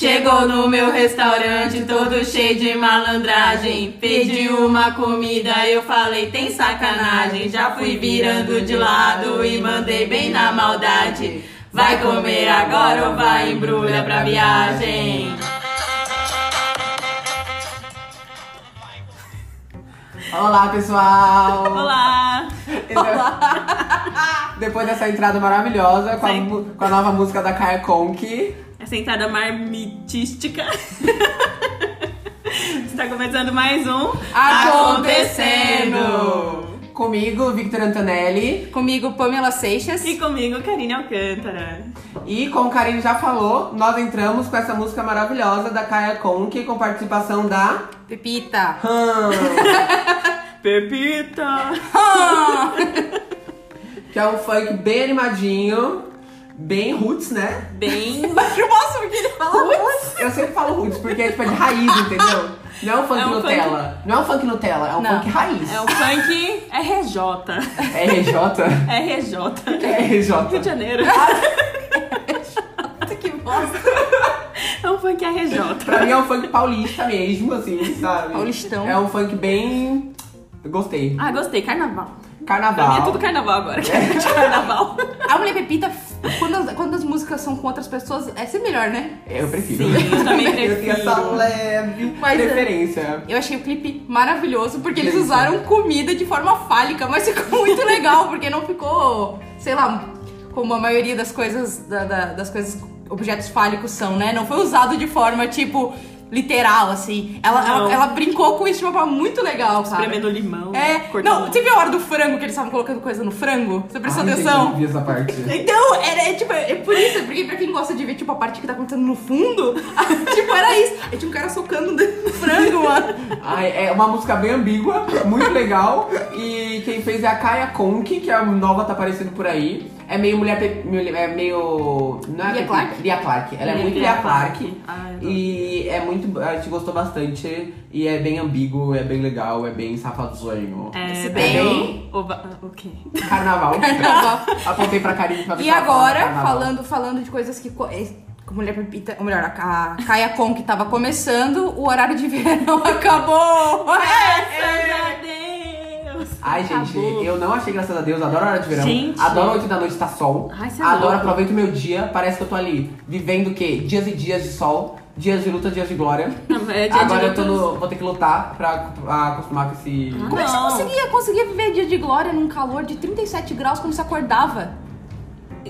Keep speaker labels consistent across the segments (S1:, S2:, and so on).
S1: Chegou no meu restaurante todo cheio de malandragem. Pedi uma comida, eu falei tem sacanagem. Já fui virando de lado e mandei bem na maldade. Vai comer agora ou vai embrulha pra viagem?
S2: Olá, pessoal!
S1: Olá!
S2: Depois dessa entrada maravilhosa com a,
S1: Sim.
S2: mu- com a nova música da Kaya Conk.
S1: Essa entrada marmitística. Está começando mais um
S2: Comigo, Victor Antonelli.
S3: Comigo, Pamela Seixas.
S1: E comigo, Karine Alcântara.
S2: E como o Karine já falou, nós entramos com essa música maravilhosa da Kaya Conk com participação da.
S3: Pepita.
S2: Hum,
S1: Pepita!
S2: que é um funk bem animadinho, bem roots, né?
S1: Bem.
S3: Mas eu posso porque ele fala é muito.
S2: Eu sempre falo roots porque é tipo de raiz, entendeu? Não é um funk
S1: É um
S2: Nutella. Não é um funk Nutella, é um
S3: Não.
S2: funk raiz.
S1: É um funk RJ.
S2: RJ?
S1: RJ.
S2: Que é
S1: Rio de
S2: RJ?
S1: Janeiro.
S3: Que bosta.
S1: É um funk RJ.
S2: Pra mim é um funk paulista mesmo, assim, sabe?
S3: Paulistão.
S2: É um funk bem. Eu gostei.
S1: Ah, gostei. Carnaval. Pra mim é
S2: Carnaval.
S1: tudo carnaval agora. que é de carnaval.
S3: A mulher Pepita, quando as, quando as músicas são com outras pessoas, é sempre melhor, né?
S2: Eu prefiro.
S1: Sim, eu também
S2: Eu tenho essa
S1: prefiro. é.
S2: leve
S3: Mas,
S2: preferência.
S3: Eu achei o clipe maravilhoso porque eles
S2: Gente.
S3: usaram comida de forma fálica, mas ficou muito legal porque não ficou, sei lá, como a maioria das coisas, da- da- das coisas, objetos fálicos são, né? Não foi usado de forma tipo literal, assim. Ela,
S1: Não.
S3: ela, ela brincou com isso de uma forma muito legal, cara.
S1: Espremendo limão.
S3: É,
S1: cortando-
S3: não, você viu a hora do frango que eles estavam colocando coisa no frango? Você prestou
S2: Ai, gente, eu
S3: atenção?
S2: vi essa parte.
S3: Então, era, é tipo, é por isso, porque pra quem gosta de ver, tipo, a parte que tá acontecendo no fundo, tipo, era isso. Aí tinha um cara socando no frango, mano.
S2: Ai, é uma música bem ambígua, muito legal. E quem fez é a Kaya Conk, que é a nova, tá aparecendo por aí. É meio mulher. Pe... mulher- É meio. Não é
S3: Lia
S2: Pepita,
S3: Clark?
S2: Lia Clark. Ela é
S1: Lia-
S2: muito
S1: Lia
S2: Lia Clark.
S1: Clark. Ah, eu adoro.
S2: e é muito. A gente gostou bastante. E é bem ambíguo, é bem legal, é bem safadonho.
S1: É,
S3: Esse
S1: bem.
S2: bem-
S1: O... Ova... ah, O quê?
S2: Carnaval.
S3: Carnaval.
S2: Apontei pra Karine pra ver
S3: E
S2: se ela fala
S3: agora,
S2: carnaval.
S3: falando, falando de coisas que. co- é, com Mulher Pepita, ou melhor, a a Kaia Con que tava começando, o horário de verão acabou!
S1: Graças
S3: é.
S1: a Deus.
S2: Ai, gente, é
S1: Acabou.
S2: eu não achei, graças a Deus, adoro a hora de verão.
S1: Gente.
S2: Adoro 8 da noite, tá sol.
S1: Ai, cê é
S2: adoro,
S1: louco.
S2: aproveito o meu dia. Parece que eu tô ali vivendo o quê? Dias e dias de sol, dias de luta, dias de glória.
S1: Não, é dia de
S2: agora eu tô
S1: lutas. Ah.
S2: no- vou ter que lutar pra, pra acostumar com esse.
S3: Como é que você
S1: Não.
S3: conseguia, conseguia viver dia de glória num calor de 37 graus quando você acordava?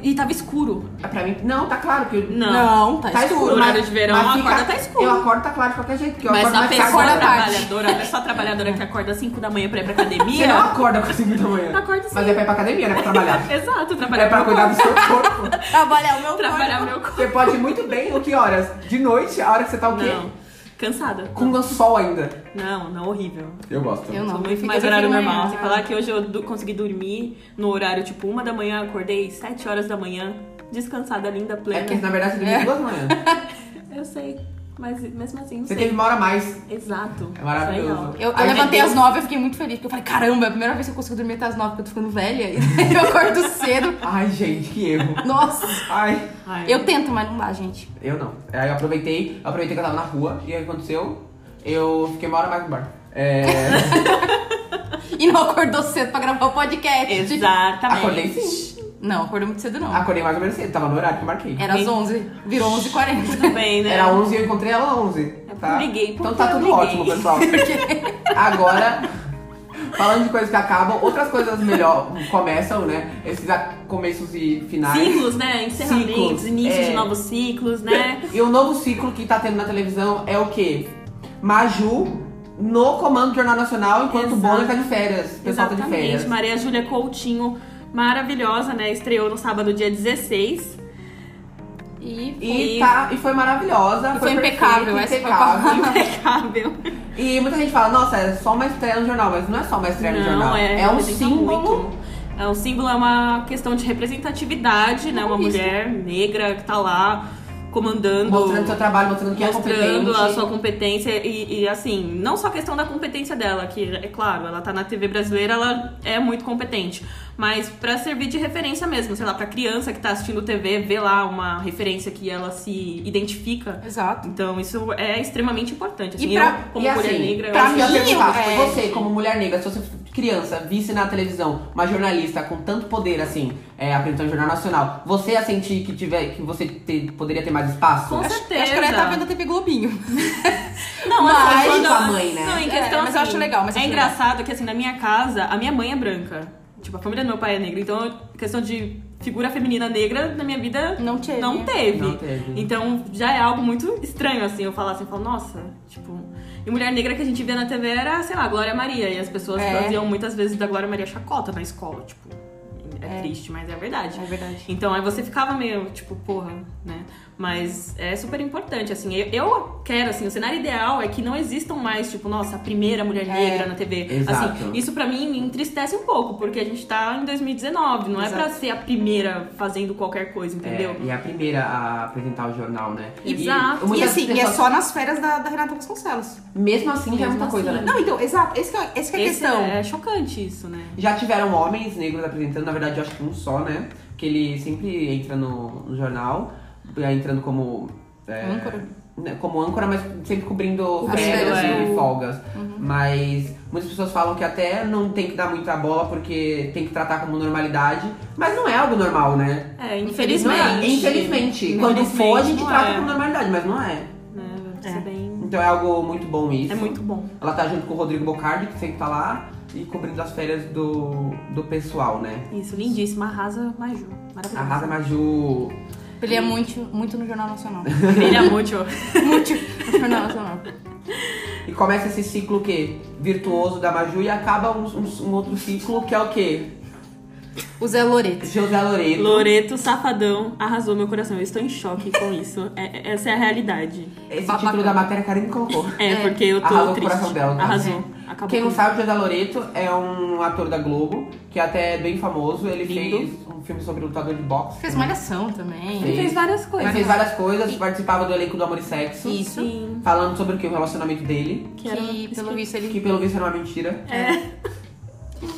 S1: E tava escuro.
S2: É Pra mim. Não, tá claro que. eu-
S1: Não.
S3: tá,
S2: Tá
S3: escuro.
S2: escuro.
S1: Horário de verão, acorda, tá escuro.
S2: Eu acordo, tá claro de qualquer jeito. Que eu
S1: Mas
S2: acordo
S1: a
S2: mais
S1: pessoa
S2: tarde.
S3: agora tá-
S1: trabalhadora, a pessoa trabalhadora que acorda às 5 da manhã pra ir pra
S2: Você não
S1: academia.
S2: acorda com 5 da manhã.
S1: Acordo sim.
S2: Mas é pra ir pra academia, né? Pra trabalhar.
S1: Exato, trabalhar
S2: é pra
S1: meu
S2: cuidar do
S1: corpo.
S2: seu corpo.
S3: Trabalhar o meu
S1: Trabalhar
S3: corpo.
S1: meu corpo.
S2: Você pode ir muito bem, o que horas? De noite, a hora que você tá o quê?
S1: Não. Cansada.
S2: Com o sol ainda.
S1: Não, não, horrível.
S2: Eu gosto.
S3: Eu não.
S1: Sou muito
S3: fica
S1: mais
S2: um
S1: horário
S3: tranquila,
S1: normal.
S3: né?
S1: Se falar que hoje eu du- consegui dormir no horário tipo uma da manhã, acordei 7 horas da manhã, descansada, linda,
S2: É
S1: plena.
S2: porque na verdade você dormiu duas manhãs.
S1: Eu sei, mas mesmo assim, não
S2: Você
S1: sei.
S2: teve uma hora a mais.
S1: Exato.
S2: É maravilhoso.
S1: Isso aí, ó.
S3: Eu, eu
S2: Aí
S3: levantei
S2: depois-
S3: às nove, eu fiquei muito feliz, porque eu falei, caramba, é a primeira vez que eu consigo dormir até às nove, porque eu tô ficando velha, e daí eu acordo cedo.
S2: Ai, gente, que erro.
S3: Nossa,
S2: Ai.
S1: Ai,
S3: eu tento, mas não dá, gente.
S2: Eu não. Aí eu aproveitei, eu aproveitei que eu tava na rua e aí o que aconteceu? Eu fiquei uma hora mais no bar. É.
S3: E não acordou cedo pra gravar o podcast.
S1: Exatamente.
S2: acordei sim.
S3: Não, acordou muito cedo não.
S1: Ah,
S2: Acordei mais ou menos cedo, tava no horário que eu marquei.
S3: Era às 11, virou 11h40.
S1: Tudo bem, É, né?
S2: Era 11 e eu encontrei ela às 11. Tá?
S1: briguei,
S2: Então
S1: porque
S2: tá
S1: eu
S2: tudo
S1: briguei.
S2: ótimo, pessoal. Agora, falando de coisas que acabam, outras coisas melhor começam, né? Esses a- começos e finais.
S1: Ciclos, né? Encerramentos,
S2: Ciclos,
S1: início
S2: é.
S1: de novos ciclos, né?
S2: E o novo ciclo que tá tendo na televisão é o quê? Maju no comando do Jornal Nacional, enquanto o
S1: Exato.
S2: Bonner tá de férias. O pessoal tá de férias.
S1: Exatamente. Maria Júlia Coutinho, maravilhosa, né? Estreou no sábado, dia 16.
S3: E foi-
S2: E,
S1: E-
S2: tá, e foi maravilhosa.
S3: E foi impecável,
S2: perfeita,
S3: essa foi a
S2: impecável.
S1: Impecável.
S2: E muita gente fala, nossa, é só uma estreia no jornal, mas não é só uma estreia no jornal.
S1: é
S2: um
S1: representa
S2: símbolo.
S1: muito. É um símbolo, é uma questão de representatividade, né? Uma
S3: Isso.
S1: mulher negra que tá lá comandando.
S2: Mostrando seu trabalho, mostrando que é competente.
S1: mostrando a sua competência e, e, assim, não só a questão da competência dela, que é claro, ela tá na TV brasileira, ela é muito competente, mas pra servir de referência mesmo, sei lá, pra criança que tá assistindo TV, ver lá uma referência que ela se identifica.
S3: Exato.
S1: Então, isso é extremamente importante. Assim,
S3: E pra-
S1: eu, como
S2: e
S1: mulher
S2: assim,
S1: negra, eu
S3: pra
S2: Pra
S1: acho
S2: mim, eu
S3: mim,
S2: perguntar,
S3: é-
S2: você, como mulher negra, se você criança, visse na televisão uma jornalista com tanto poder assim, é, apresentando jornal nacional, você ia sentir que, tiver, que você te- poderia ter mais espaço? É,
S1: Com
S3: Acho, acho que
S1: certeza.
S3: ela tá vendo a TV Globinho.
S1: Não,
S3: Mas
S1: assim, quando
S2: com a
S1: eu-
S2: mãe, né?
S1: Não, em questão,
S3: É, mas eu
S1: assim,
S3: acho legal, mas eu
S1: é
S3: acho
S1: engraçado que, assim, na minha casa, a minha mãe é branca. Tipo, a família do meu pai é negra. Então, questão de figura feminina negra, na minha vida,
S3: Não teve.
S1: não teve.
S2: Não teve.
S1: Então, já é algo muito estranho, assim, eu falar assim, eu falo, nossa, tipo... E mulher negra que a gente via na TV era, sei lá, Glória Maria. E as pessoas
S3: É.
S1: faziam muitas vezes da Glória Maria chacota na escola, tipo... É, triste, mas é verdade.
S3: É verdade.
S1: Então aí você ficava meio, tipo, porra, né? Mas é super importante, assim. Eu, eu quero, assim, o cenário ideal é que não existam mais, tipo, nossa, a primeira mulher negra na TV.
S2: É. Exato.
S1: Assim, isso pra mim me entristece um pouco, porque a gente tá em 2019, não é pra
S3: Exato.
S1: ser a primeira fazendo qualquer coisa, entendeu?
S2: É, e é a primeira a apresentar o jornal, né?
S1: Exato.
S2: E,
S3: E
S2: muitas
S3: assim, e é
S2: pessoas-
S3: só nas férias da, da Renata Vasconcelos.
S2: Mesmo assim, já é
S1: Mesmo
S2: muita coisa,
S1: assim.
S2: né?
S3: Não, então, exato. Esse que é, esse que é a
S1: Esse
S3: questão.
S1: é chocante isso, né?
S2: Já tiveram homens negros apresentando, na verdade, eu acho que um só, né? Que ele sempre entra no, no jornal, é, entrando como. é,
S3: Âncora.
S2: né, Como âncora, mas sempre cobrindo
S3: Cobrindo,
S2: férias
S1: é.
S2: e folgas. Mas muitas pessoas falam que até não tem que dar muita bola porque tem que tratar como normalidade. Mas não é algo normal, né?
S1: É,
S2: Não
S1: infelizmente.
S2: é. Infelizmente. Quando for, a gente
S1: não
S2: trata
S1: é.
S2: como normalidade, mas não é.
S1: Né, vai ser bem-
S2: Então é algo muito bom isso.
S1: É muito bom.
S2: Ela tá junto com o Rodrigo Bocardi, que sempre tá lá, e cobrindo as férias do, do pessoal, né?
S1: Isso, lindíssimo. Arrasa Maju. Maravilhoso.
S2: Arrasa Maju.
S3: Brilha é muito, muito no Jornal Nacional.
S1: Brilha muito.
S3: muito no Jornal Nacional.
S2: E começa esse ciclo que virtuoso da Maju e acaba um, um- um outro ciclo que é o quê?
S3: O Zé Loreto.
S2: José Loreto.
S1: Loreto Safadão arrasou meu coração. Eu estou em choque com isso. É- essa é a realidade.
S2: Esse
S3: Babacão.
S2: título da matéria a Karine colocou.
S1: É, porque eu tô
S2: Arrasou o
S1: triste.
S2: coração dela, no caso.
S1: arrasou. Acabou.
S2: Quem não
S1: com-
S2: sabe, José Loreto é um ator da Globo, que até é bem famoso. Ele
S1: Lindo.
S2: fez um filme sobre lutador de boxe.
S3: Fez malhação também.
S1: Ele
S2: Sim.
S1: fez várias
S2: Ele
S1: coisas.
S2: fez várias coisas, participava do elenco do Amor e Sexo.
S3: Isso.
S1: Sim.
S2: Falando sobre o que? O relacionamento dele.
S1: Que,
S3: Que,
S1: era-
S3: pelo visto, ele
S2: Que pelo visto era uma mentira.
S1: É.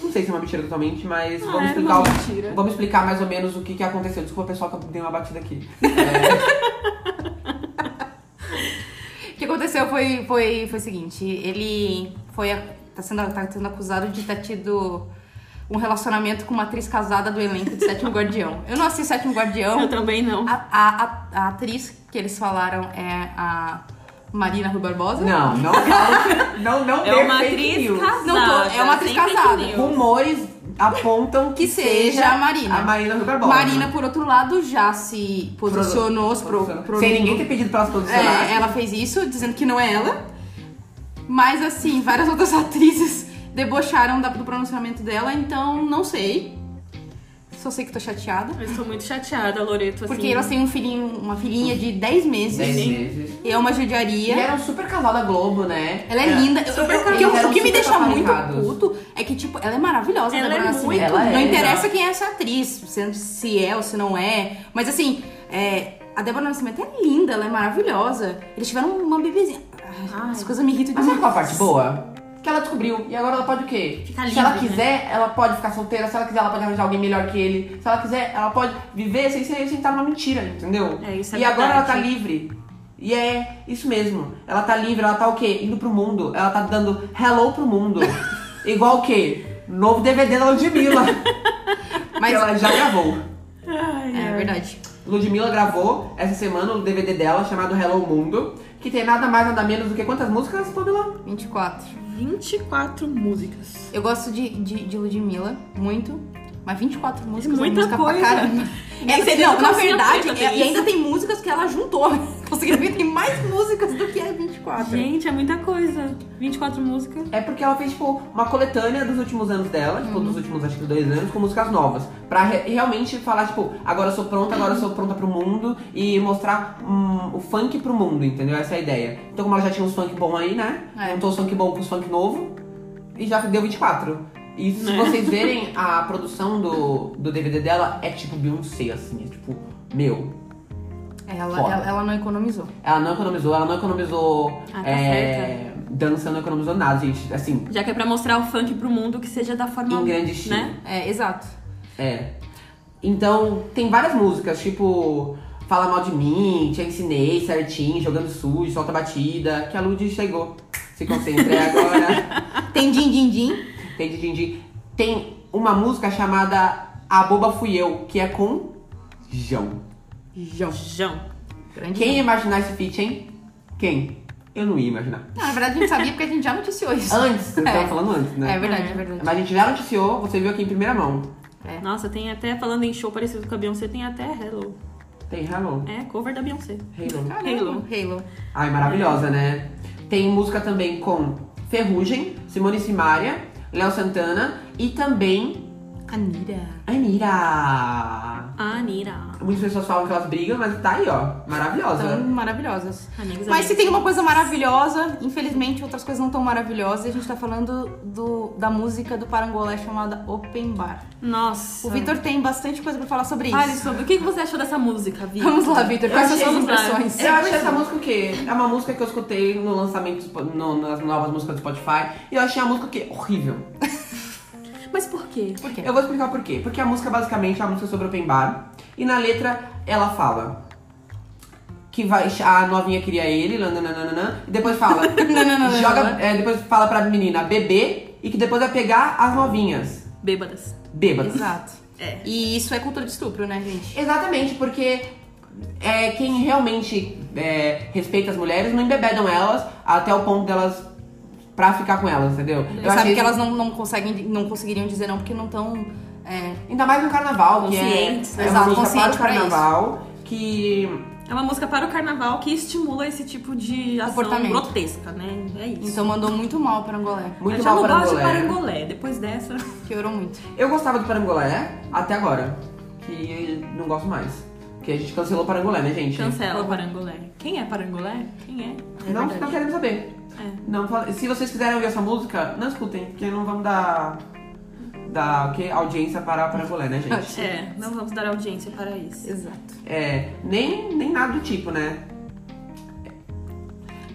S2: Não sei se é uma mentira totalmente, mas
S1: Ah,
S2: vamos
S1: era uma
S2: explicar. o-
S1: mentira.
S2: Vamos explicar mais ou menos o que, que aconteceu. Desculpa, pessoal, que eu dei uma batida aqui. É,
S3: O que aconteceu foi, foi, foi o seguinte, ele foi a- tá sendo, tá sendo acusado de ter tido um relacionamento com uma atriz casada do elenco de Sétimo Guardião. Eu não assisti Sétimo
S1: Eu
S3: Guardião.
S1: também não.
S3: A, a- a- a atriz que eles falaram é a Marina Rui Barbosa.
S2: não, não fala. Não, não
S1: É
S2: dê
S1: uma
S2: fake
S1: atriz
S2: news.
S1: casada.
S3: Não tô, é uma atriz
S1: sem fake
S3: casada.
S1: news.
S2: Rumores apontam que,
S3: Que seja a Marina.
S2: A Marina Rui Barbosa. né?
S3: Marina, por outro lado, já se posicionou se pro, pro-
S2: Sem ninguém ter pedido pra ela se posicionar.
S3: É, ela fez isso, dizendo que não é ela. Mas assim, várias outras atrizes debocharam da- do pronunciamento dela, então não sei. Só sei que tô chateada.
S1: Eu estou muito chateada, Loreto. Assim,
S3: Porque elas têm um filhinho, uma filhinha de 10
S2: Dez
S3: meses.
S2: meses.
S3: E é uma
S2: E
S3: judiaria.
S2: era um super casal da Globo, né?
S3: Ela é linda. Eu- eu- o que eu-
S2: Eles eram
S3: o que me
S2: super
S3: deixa muito
S2: talentados.
S3: puto é que, tipo, ela é maravilhosa,
S1: Ela
S3: Débora
S1: é
S3: Nascimento.
S1: muito
S2: Ela é,
S3: Não
S2: exato.
S3: interessa quem é essa atriz, se- se é ou se não é. Mas assim, é, a Débora Nascimento é linda, ela é maravilhosa. Eles tiveram uma bebezinha. Ai, As coisas me irritam
S2: Mas sabe
S3: demais.
S2: qual a parte boa? Que ela descobriu. E agora ela pode o quê?
S1: Ficar
S2: se
S1: livre, né?
S2: ela quiser, ela pode ficar solteira. Se ela quiser, ela pode arranjar alguém melhor que ele. Se ela quiser, ela pode viver sem, sem, sem estar numa mentira, entendeu?
S1: É, isso é
S2: e agora ela tá
S1: verdade.
S2: livre. E é isso mesmo. Ela tá livre, ela tá o quê? Indo pro mundo. Ela tá dando hello pro mundo. Igual o quê? Novo DVD da Ludmilla.
S3: Mas-
S2: Que ela já gravou.
S1: Ai,
S3: É verdade.
S2: Ludmilla gravou essa semana o DVD dela chamado Hello Mundo. Que tem nada mais, nada menos do que quantas músicas, Pamela?
S3: 24.
S1: 24 músicas.
S3: Eu gosto de, de, de Ludmilla, muito. Mas 24 músicas é
S1: Muita
S3: música
S1: coisa.
S3: pra caramba.
S1: Nem
S3: É,
S1: sei nem
S3: não,
S1: o
S3: na
S1: conceito
S3: verdade,
S1: dessa
S3: é- e
S1: vez.
S3: ainda tem músicas que ela juntou. Consegui ver, tem mais músicas do que é 24.
S1: Gente, é muita coisa. 24 músicas.
S2: É porque ela fez, tipo, uma coletânea dos últimos anos dela, tipo,
S1: Uhum.
S2: dos últimos, acho que dois anos, com músicas novas. Pra re- realmente falar, tipo, agora eu sou pronta, agora eu sou pronta pro mundo. E mostrar hum, o funk pro mundo, entendeu? Essa é a ideia. Então, como ela já tinha uns funk bom aí, né?
S3: É.
S2: Juntou os funk bom com os funk novo. E já deu 24. E se
S1: Né?
S2: vocês verem a produção do, do DVD dela, é tipo Beyoncé, assim. É tipo, meu,
S3: Ela,
S2: Foda.
S3: ela, ela não economizou.
S2: Ela não economizou, ela não economizou
S1: Ah, tá
S2: é, dança, não economizou nada, gente. Assim,
S1: Já que é pra mostrar o funk pro mundo, que seja da forma.
S2: Em grande estilo.
S1: Né?
S3: É, exato.
S2: É. Então, tem várias músicas, tipo Fala Mal de Mim, Te Ensinei Certinho, Jogando Sujo, Solta Batida, que a Lud chegou. Se concentre agora.
S3: Tem din din din.
S2: Tem Didindim. Tem uma música chamada A Boba Fui Eu, que é com João.
S3: Jão.
S1: Jão.
S3: Grande.
S2: Quem ia imaginar esse feat, hein? Quem? Eu não ia imaginar.
S3: Não, Ah, na verdade a gente sabia porque a gente já noticiou isso.
S2: Antes, eu tava
S3: É.
S2: falando antes, né?
S3: É verdade, é verdade.
S2: Mas a gente já noticiou, você viu aqui em primeira mão.
S3: É.
S1: Nossa, tem até, falando em show parecido com a Beyoncé, tem até Hello.
S2: Tem Hello.
S1: É, cover da Beyoncé.
S2: Hello.
S1: Halo.
S3: Halo.
S2: Ai, maravilhosa, né? Tem música também com Ferrugem, Simone Simaria, Léo Santana e também
S3: Anira.
S2: Anira.
S1: Anira.
S2: Muitas pessoas falam que elas brigam, mas tá aí, ó.
S3: São
S2: Maravilhosa.
S3: maravilhosas.
S1: Amigos,
S3: Mas se
S1: amigos.
S3: tem uma coisa maravilhosa, infelizmente outras coisas não tão maravilhosas, a gente tá falando do, da música do Parangolé chamada Open Bar.
S1: Nossa.
S3: O Vitor tem bastante coisa pra falar sobre isso.
S1: Fale sobre o que que você achou dessa música, Vitor.
S3: Vamos lá, Vitor, quais
S1: Eu
S3: são suas
S1: achei demais.
S3: impressões?
S2: Eu achei essa música o quê? É uma música que eu escutei no lançamento, do Spo- no- nas novas músicas do Spotify. E eu achei a música o quê? Horrível.
S1: Mas por quê?
S3: Por quê?
S2: Eu vou explicar por quê. Porque a música basicamente é uma música sobre open bar. E na letra ela fala que vai a novinha queria ele, nananana, e depois fala
S3: Nananana.
S2: joga, é, depois fala pra menina beber e que depois vai pegar as novinhas
S1: Bêbadas.
S2: bêbadas.
S3: Exato.
S1: É.
S3: E isso é cultura de estupro, né, gente?
S2: Exatamente, porque é, quem realmente é, respeita as mulheres não embebedam elas até o ponto delas pra ficar com elas, entendeu?
S3: Eu sabe
S2: achei
S3: que elas não, não conseguem, não conseguiriam dizer não porque não estão. É,
S2: Ainda mais no carnaval, que é,
S1: Conscientes,
S2: é
S3: né? exato,
S2: uma música para
S3: consciente
S2: o
S3: pra isso.
S2: carnaval, que
S1: É uma música para o carnaval que estimula esse tipo de ação
S3: Comportamento.
S1: grotesca, né? É isso.
S3: então mandou muito mal para Angolé.
S2: Muito
S1: eu já
S2: mal
S1: não gosto de
S2: parangolé.
S1: parangolé. Depois dessa.
S3: Piorou muito.
S2: Eu gostava do parangolé até agora, que não gosto mais. Porque a gente cancelou o parangolé, né, gente?
S1: Cancela parangolé. Quem é parangolé? Quem é? É
S2: Não,
S1: verdade.
S2: não queremos saber.
S1: É.
S2: Não, fala- se vocês quiserem ouvir essa música, não escutem, porque não vamos dar, dar o quê? audiência para parangolé, né, gente?
S1: É, não vamos dar audiência para isso.
S3: Exato.
S2: É, nem, nem nada do tipo, né?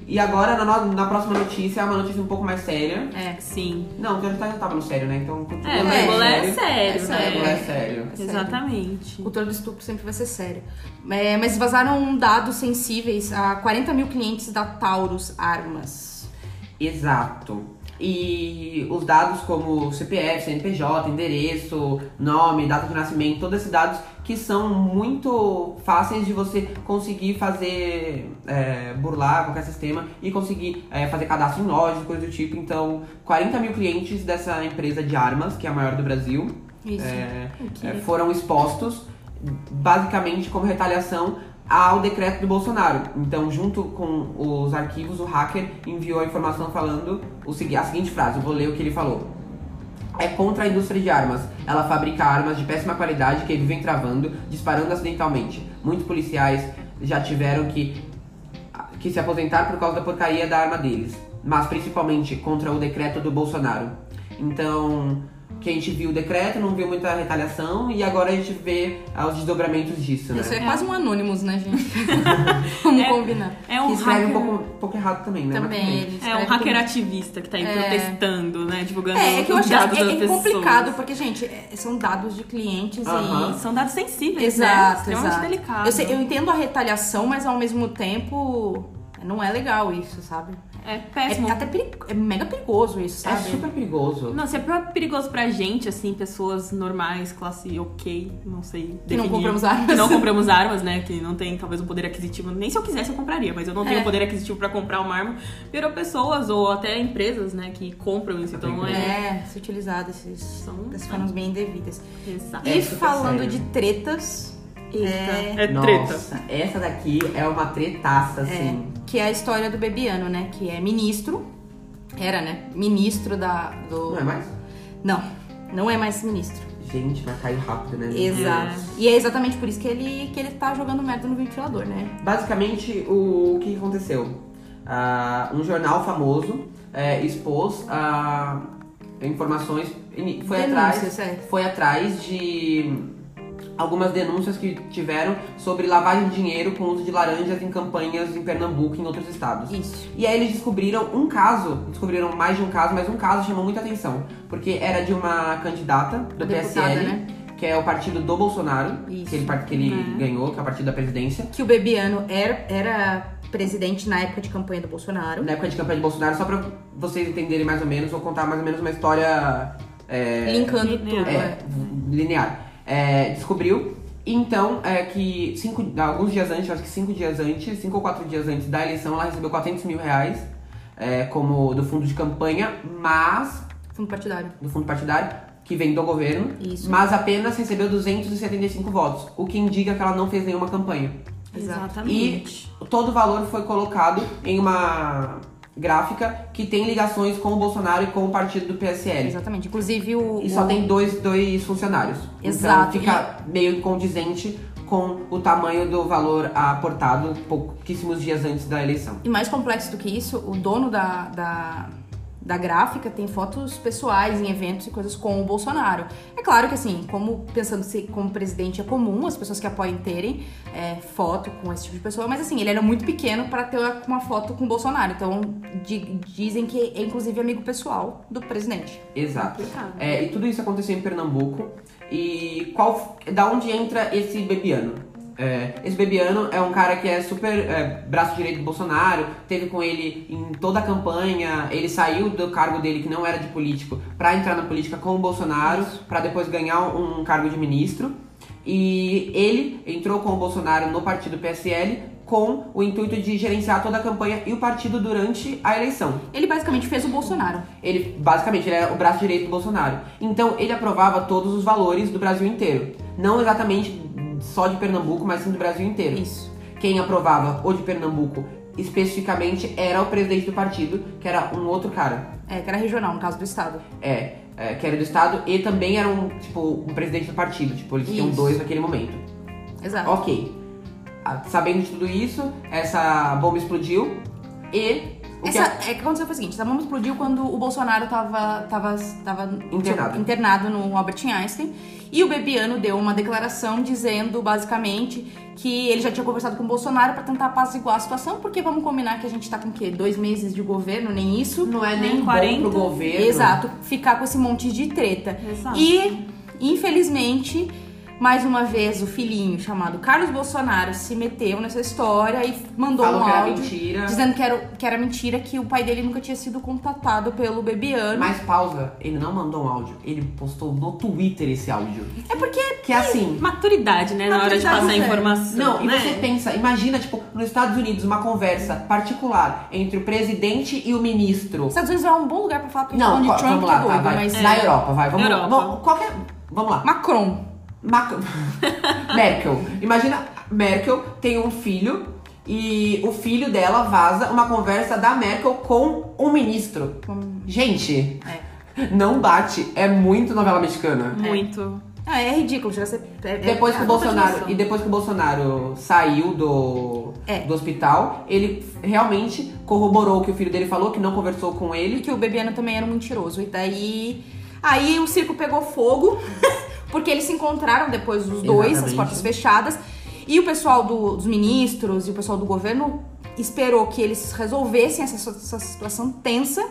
S2: E agora, na, no- na próxima notícia, é uma notícia um pouco mais séria.
S3: É.
S1: Sim.
S2: Não, já, tá- já tava no sério, né? Então, continua
S1: É,
S2: no
S1: parangolé é
S3: É
S1: sério,
S3: sério,
S2: Parangolé é
S1: né?
S2: sério.
S3: sério.
S1: Exatamente.
S3: Cultura do estupro sempre vai ser sério. É, mas vazaram dados sensíveis a 40 mil clientes da Taurus Armas.
S2: Exato. E os dados como CPF, CNPJ, endereço, nome, data de nascimento, todos esses dados que são muito fáceis de você conseguir fazer é, burlar qualquer sistema e conseguir é, fazer cadastro em lojas, coisa do tipo. Então, 40 mil clientes dessa empresa de armas, que é a maior do Brasil,
S3: Isso.
S2: é,
S3: Ok.
S2: é, foram expostos basicamente como retaliação ao decreto do Bolsonaro. Então, junto com os arquivos, o hacker enviou a informação falando o segui- a seguinte frase, eu vou ler o que ele falou. É contra a indústria de armas. Ela fabrica armas de péssima qualidade que vivem travando, disparando acidentalmente. Muitos policiais já tiveram que, que se aposentar por causa da porcaria da arma deles. Mas principalmente contra o decreto do Bolsonaro. Então, que a gente viu o decreto, não viu muita retaliação e agora a gente vê ah, os desdobramentos disso, né?
S3: Isso é, quase um anônimos, né, gente? Vamos
S1: É.
S3: combinar.
S1: É
S2: Que
S1: um
S2: escreve um
S1: hacker.
S2: pouco, um pouco errado também, né? Mas tudo
S3: Também.
S2: bem.
S1: É
S3: eles
S1: um
S3: escrevem
S1: hacker ativista que tá aí protestando, né? Divulgando
S3: É, é que eu
S1: os
S3: acho
S1: dados
S3: que
S1: das
S3: é, é
S1: pessoas.
S3: complicado, porque, gente, é- são dados de clientes
S2: Aham.
S1: São dados
S3: e.
S1: sensíveis, né?
S3: Exato,
S1: Extremamente
S3: exato.
S1: delicado.
S3: Eu, sei- eu entendo a retaliação, mas ao mesmo tempo não é legal isso, sabe?
S1: É
S3: É,
S1: péssimo.
S3: até perigo- é mega perigoso isso,
S2: É
S3: sabe?
S2: super perigoso.
S1: Não, se é pra- perigoso pra gente, assim, pessoas normais, classe ok, não sei.
S3: Que não
S1: definir.
S3: compramos armas.
S1: Que não compramos armas, né? Que não tem talvez um poder aquisitivo. Nem se eu quisesse eu compraria, mas eu não tenho
S3: É.
S1: poder aquisitivo pra comprar uma arma. Virou pessoas ou até empresas, né? Que compram isso. Então é.
S3: É, se utilizar desses,
S1: São- Ah,
S3: dessas formas bem indevidas.
S1: Exato.
S2: É
S3: E
S2: super
S3: falando
S2: sério.
S3: de tretas,
S1: Eita. É, treta.
S2: Nossa, essa daqui é uma tretaça, assim.
S3: que é a história do Bebiano, né? Que é ministro, era, né? Ministro da, do...
S2: Não é mais?
S3: Não, não é mais ministro.
S2: Gente, vai cair rápido, né? gente?
S3: Exato. E é exatamente por isso que ele, que ele tá jogando merda no ventilador, né?
S2: Basicamente, o, o que aconteceu? Ah, um jornal famoso eh, expôs ah, informações. Foi atrás,
S3: Denúncias, é.
S2: foi atrás de algumas denúncias que tiveram sobre lavagem de dinheiro com uso de laranjas em campanhas em Pernambuco e em outros estados.
S3: Isso.
S2: E aí eles descobriram um caso, descobriram mais de um caso, mas um caso chamou muita atenção, porque era de uma candidata do
S3: Deputada,
S2: PSL,
S3: né?
S2: que é o partido do Bolsonaro,
S3: Isso. Uhum.
S2: que ele, par- que ele ganhou, que é o partido da presidência.
S3: Que o Bebiano era, era presidente na época de campanha do Bolsonaro.
S2: Na época de né, campanha de Bolsonaro, só pra vocês entenderem mais ou menos, vou contar mais ou menos uma história é,
S3: Linkando
S1: Linear.
S3: tudo.
S2: é,
S3: é.
S2: v- linear. É, descobriu. Então, é que cinco, alguns dias antes, acho que cinco dias antes, cinco ou quatro dias antes da eleição, ela recebeu 400 mil reais é, como do fundo de campanha, mas
S3: Fundo partidário.
S2: do fundo partidário, que vem do governo,
S3: Isso.
S2: mas apenas recebeu 275 votos, o que indica que ela não fez nenhuma campanha.
S1: Exatamente.
S2: Todo o valor foi colocado em uma gráfica que tem ligações com o Bolsonaro e com o partido do PSL.
S3: Exatamente. Inclusive o.
S2: E só
S3: o-
S2: tem dois, dois funcionários.
S3: Exato.
S2: Então fica meio condizente com o tamanho do valor aportado pouquíssimos dias antes da eleição.
S3: E mais complexo do que isso, o dono da, da, da gráfica tem fotos pessoais em eventos e coisas com o Bolsonaro. É claro que assim, como pensando se como presidente é comum as pessoas que apoiam terem é, foto com esse tipo de pessoa, mas assim, ele era muito pequeno para ter uma- uma foto com o Bolsonaro. Então di- dizem que é inclusive amigo pessoal do presidente.
S2: Exato.
S1: Complicado.
S2: É, e tudo isso aconteceu em Pernambuco. E qual, da onde entra esse Bebiano? É, esse Bebiano é um cara que é super é, braço direito do Bolsonaro, teve com ele em toda a campanha, ele saiu do cargo dele que não era de político pra entrar na política com o Bolsonaro, pra depois ganhar um cargo de ministro. E ele entrou com o Bolsonaro no partido PSL com o intuito de gerenciar toda a campanha e o partido durante a eleição.
S3: Ele basicamente fez o Bolsonaro.
S2: Ele, basicamente, ele era o braço direito do Bolsonaro. Então, ele aprovava todos os valores do Brasil inteiro. Não exatamente só de Pernambuco, mas sim do Brasil inteiro.
S3: Isso.
S2: Quem aprovava o de Pernambuco especificamente era o presidente do partido, que era um outro cara.
S3: É, que era regional, no caso do Estado.
S2: É, é, que era do Estado e também era um, tipo, um presidente do partido. Tipo, eles tinham
S3: Isso.
S2: dois naquele momento.
S3: Exato.
S2: Ok. Ah, Sabendo de tudo isso, essa bomba explodiu e... o que
S3: Essa, é que aconteceu foi o seguinte, essa bomba explodiu quando o Bolsonaro tava, tava, tava
S2: Internado.
S3: internado no Albert Einstein. E o Bebiano deu uma declaração dizendo, basicamente, que ele já tinha conversado com o Bolsonaro pra tentar apaziguar a situação, porque vamos combinar que a gente tá com o quê? Dois meses de governo, nem isso.
S2: Não é nem bom
S1: 40.
S2: pro governo.
S3: Exato, ficar com esse monte de treta.
S1: Exato.
S3: E, infelizmente, mais uma vez o filhinho chamado Carlos Bolsonaro se meteu nessa história e mandou
S2: Falou
S3: um
S2: que era
S3: áudio
S2: mentira.
S3: dizendo que era, que era mentira que o pai dele nunca tinha sido contatado pelo Bebiano.
S2: Mas pausa, ele não mandou um áudio, ele postou no Twitter esse áudio.
S3: É porque
S2: Que é assim.
S1: Maturidade, né? Na hora de
S3: Maturidade,
S1: passar a
S3: velho.
S1: informação.
S2: Não, e
S1: né?
S2: você pensa, imagina, tipo, nos Estados Unidos, uma conversa particular entre o presidente e o ministro.
S3: os Estados Unidos é um bom lugar pra falar porque
S2: Não,
S3: Donald
S2: co-
S3: Trump
S2: vamos lá,
S3: é doido,
S2: tá, vai.
S3: mas
S2: Na Europa, vai. Vamos,
S1: Europa.
S2: vamos- qualquer, vamos lá.
S3: Macron.
S2: Mac- Merkel. Imagina, Merkel tem um filho e o filho dela vaza uma conversa da Merkel com um ministro. Gente, não bate. É muito novela
S1: É.
S2: mexicana.
S1: Muito.
S3: Ah, é ridículo, chega a ser. é- é-
S2: Depois que
S3: ah,
S2: o
S3: culpa
S2: Bolsonaro
S3: disso.
S2: e depois que o Bolsonaro saiu do,
S3: É.
S2: do hospital, ele realmente corroborou o que o filho dele falou, que não conversou com
S3: E
S2: ele.
S3: que o Bebiano também era um mentiroso. E daí. Aí o circo pegou fogo, porque eles se encontraram depois, os dois, as
S2: Exatamente.
S3: portas fechadas. E o pessoal do- dos ministros e o pessoal do governo esperou que eles resolvessem essa, situ- essa situação tensa.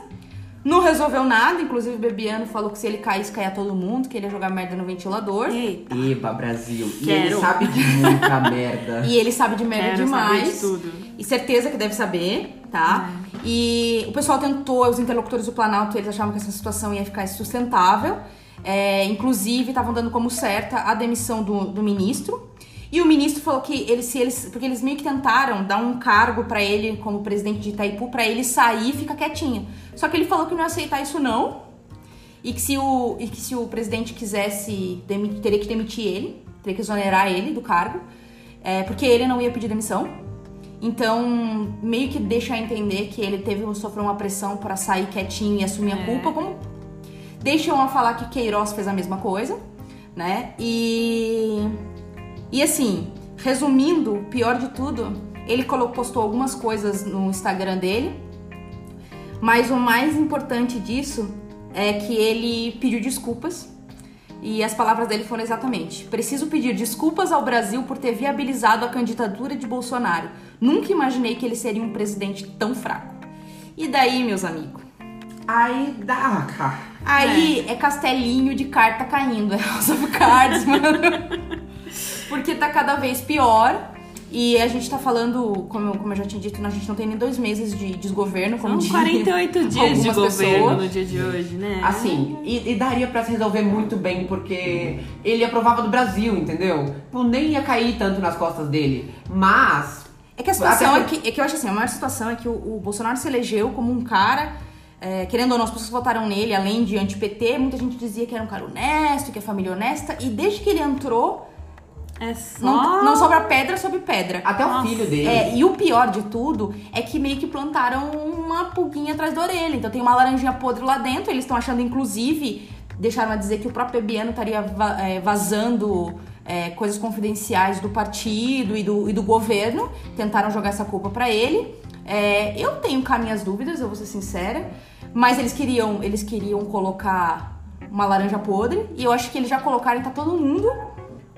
S3: Não resolveu nada, inclusive o Bebiano falou que se ele caísse, caía todo mundo, que ele ia jogar merda no ventilador.
S1: Ei,
S2: Eba, Brasil. E ele
S1: Quero.
S2: sabe de muita merda.
S3: E ele sabe de merda
S1: quero saber
S3: demais.
S1: É, de tudo.
S3: E certeza que deve saber, tá? E o pessoal tentou, os interlocutores do Planalto, eles achavam que essa situação ia ficar insustentável. É, inclusive, estavam dando como certa a demissão do, do ministro. E o ministro falou que eles, se eles. Porque eles meio que tentaram dar um cargo pra ele como presidente de Itaipu, pra ele sair e ficar quietinho. Só que ele falou que não ia aceitar isso, não. E que se o, e que se o presidente quisesse, demi- teria que demitir ele, teria que exonerar ele do cargo, é, porque ele não ia pedir demissão. Então, meio que deixa a entender que ele teve sofreu uma pressão pra sair quietinho e assumir a culpa, como deixam a falar que Queiroz fez a mesma coisa, né? E e assim, resumindo, o pior de tudo, ele colo- postou algumas coisas no Instagram dele, mas o mais importante disso é que ele pediu desculpas E as palavras dele foram exatamente: Preciso pedir desculpas ao Brasil por ter viabilizado a candidatura de Bolsonaro. Nunca imaginei que ele seria um presidente tão fraco. E daí, meus amigos?
S2: Aí dá, ah, cara.
S3: Aí é, castelinho de carta caindo, é House of Cards, mano. Porque tá cada vez pior. E a gente tá falando, como, eu- como eu já tinha dito, né, a gente não tem nem dois meses de desgoverno,
S1: São
S3: como diz
S1: 48 dias de
S3: algumas
S1: governo
S3: pessoas.
S1: no dia de hoje, né?
S2: Assim, e, e daria pra se resolver muito bem, porque ele aprovava do Brasil, entendeu? Tipo, nem ia cair tanto nas costas dele. Mas.
S3: É que a situação
S2: Até
S3: é que, é que eu acho assim, a maior situação é que o, o Bolsonaro se elegeu como um cara, é, querendo ou não, as pessoas votaram nele, além de anti-PT, muita gente dizia que era um cara honesto, que a família é honesta, e desde que ele entrou,
S1: É só.
S3: não, não sobra pedra sobre pedra.
S2: Até
S1: Nossa.
S2: o filho dele.
S3: É, e o pior de tudo é que meio que plantaram uma pulguinha atrás da orelha. Então tem uma laranjinha podre lá dentro, eles estão achando, inclusive, deixaram a dizer que o próprio Bebiano estaria va- é, vazando é, coisas confidenciais do partido e do, e do governo. Tentaram jogar essa culpa pra ele. É, eu tenho cá minhas dúvidas, eu vou ser sincera. Mas eles queriam, eles queriam colocar uma laranja podre. E eu acho que eles já colocaram, tá todo mundo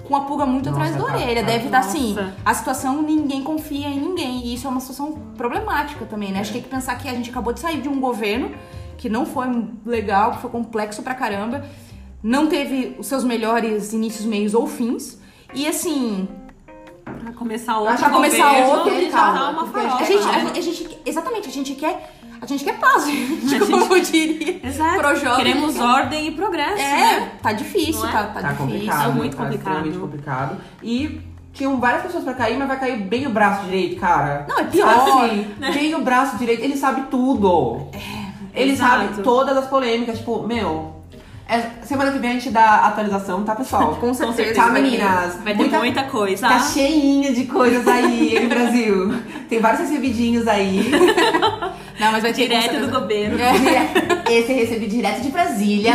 S3: com a pulga muito
S2: Nossa,
S3: atrás da
S2: tá-
S3: orelha.
S2: tá-
S3: Deve estar assim.
S1: Nossa.
S3: A situação, ninguém confia em ninguém. E isso é uma situação problemática também, né? Acho
S1: É.
S3: que tem que pensar que a gente acabou de sair de um governo que não foi legal, que foi complexo pra caramba, não teve os seus melhores inícios, meios ou fins. E assim,
S1: Pra começar outro.
S3: Pra começar
S1: governo,
S3: outro,
S1: ele já
S2: calma,
S1: tá uma
S2: porque a gente
S1: farofa.
S3: a gente,
S1: né?
S3: a, a gente. Exatamente, a gente quer. A gente quer paz, gente, como eu diria.
S1: Exato.
S3: pro jovem.
S1: Queremos ordem e progresso, né?
S3: É, tá difícil,
S1: Não é?
S3: tá,
S2: Tá
S3: tá, difícil.
S2: complicado.
S1: É muito
S2: tá
S1: complicado.
S2: extremamente complicado. E tinham várias pessoas pra cair, mas vai cair bem o braço direito, cara.
S3: Não, é pior.
S2: Assim, bem o braço direito, ele sabe tudo.
S3: É,
S2: ele
S1: exato.
S2: sabe todas as polêmicas, tipo, meu. é- semana que vem a gente dá atualização, tá, pessoal?
S3: Com certeza.
S2: Tá,
S3: vai ter.
S2: meninas?
S1: Vai ter muita, coisa. Ah,
S2: Tá cheinha de coisas aí, hein, Brasil? Tem vários recebidinhos aí.
S3: Não, mas vai ter com
S1: Direto
S3: certeza.
S1: do governo.
S3: É.
S2: Dire- Esse eu recebi direto de Brasília.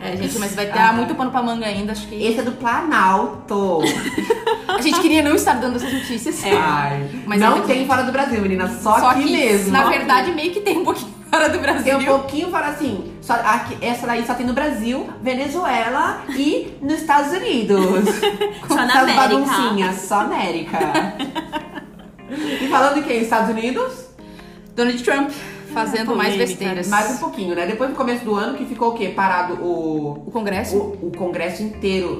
S3: É, gente, mas vai
S1: Ah.
S3: dar muito pano pra manga ainda, acho que.
S2: Esse é do Planalto.
S3: A gente queria não estar dando essas notícias.
S1: É.
S2: Ai,
S3: É. Mas
S2: não
S3: eu-
S2: tem fora do Brasil, meninas. Só, aqui
S3: que,
S2: mesmo.
S3: Na verdade, meio que tem um pouquinho fora do Brasil.
S2: Tem um pouquinho fora assim. Só, aqui- essa daí só tem no Brasil, Venezuela e nos Estados Unidos.
S1: Só na
S2: essas
S1: América.
S2: baguncinhas, só América. e falando em quem? Estados Unidos?
S3: Donald Trump fazendo mais
S1: Polêmica.
S3: besteiras.
S2: Mais um pouquinho, né? Depois do começo do ano que ficou o quê? Parado o.
S3: O Congresso?
S2: O, o Congresso inteiro,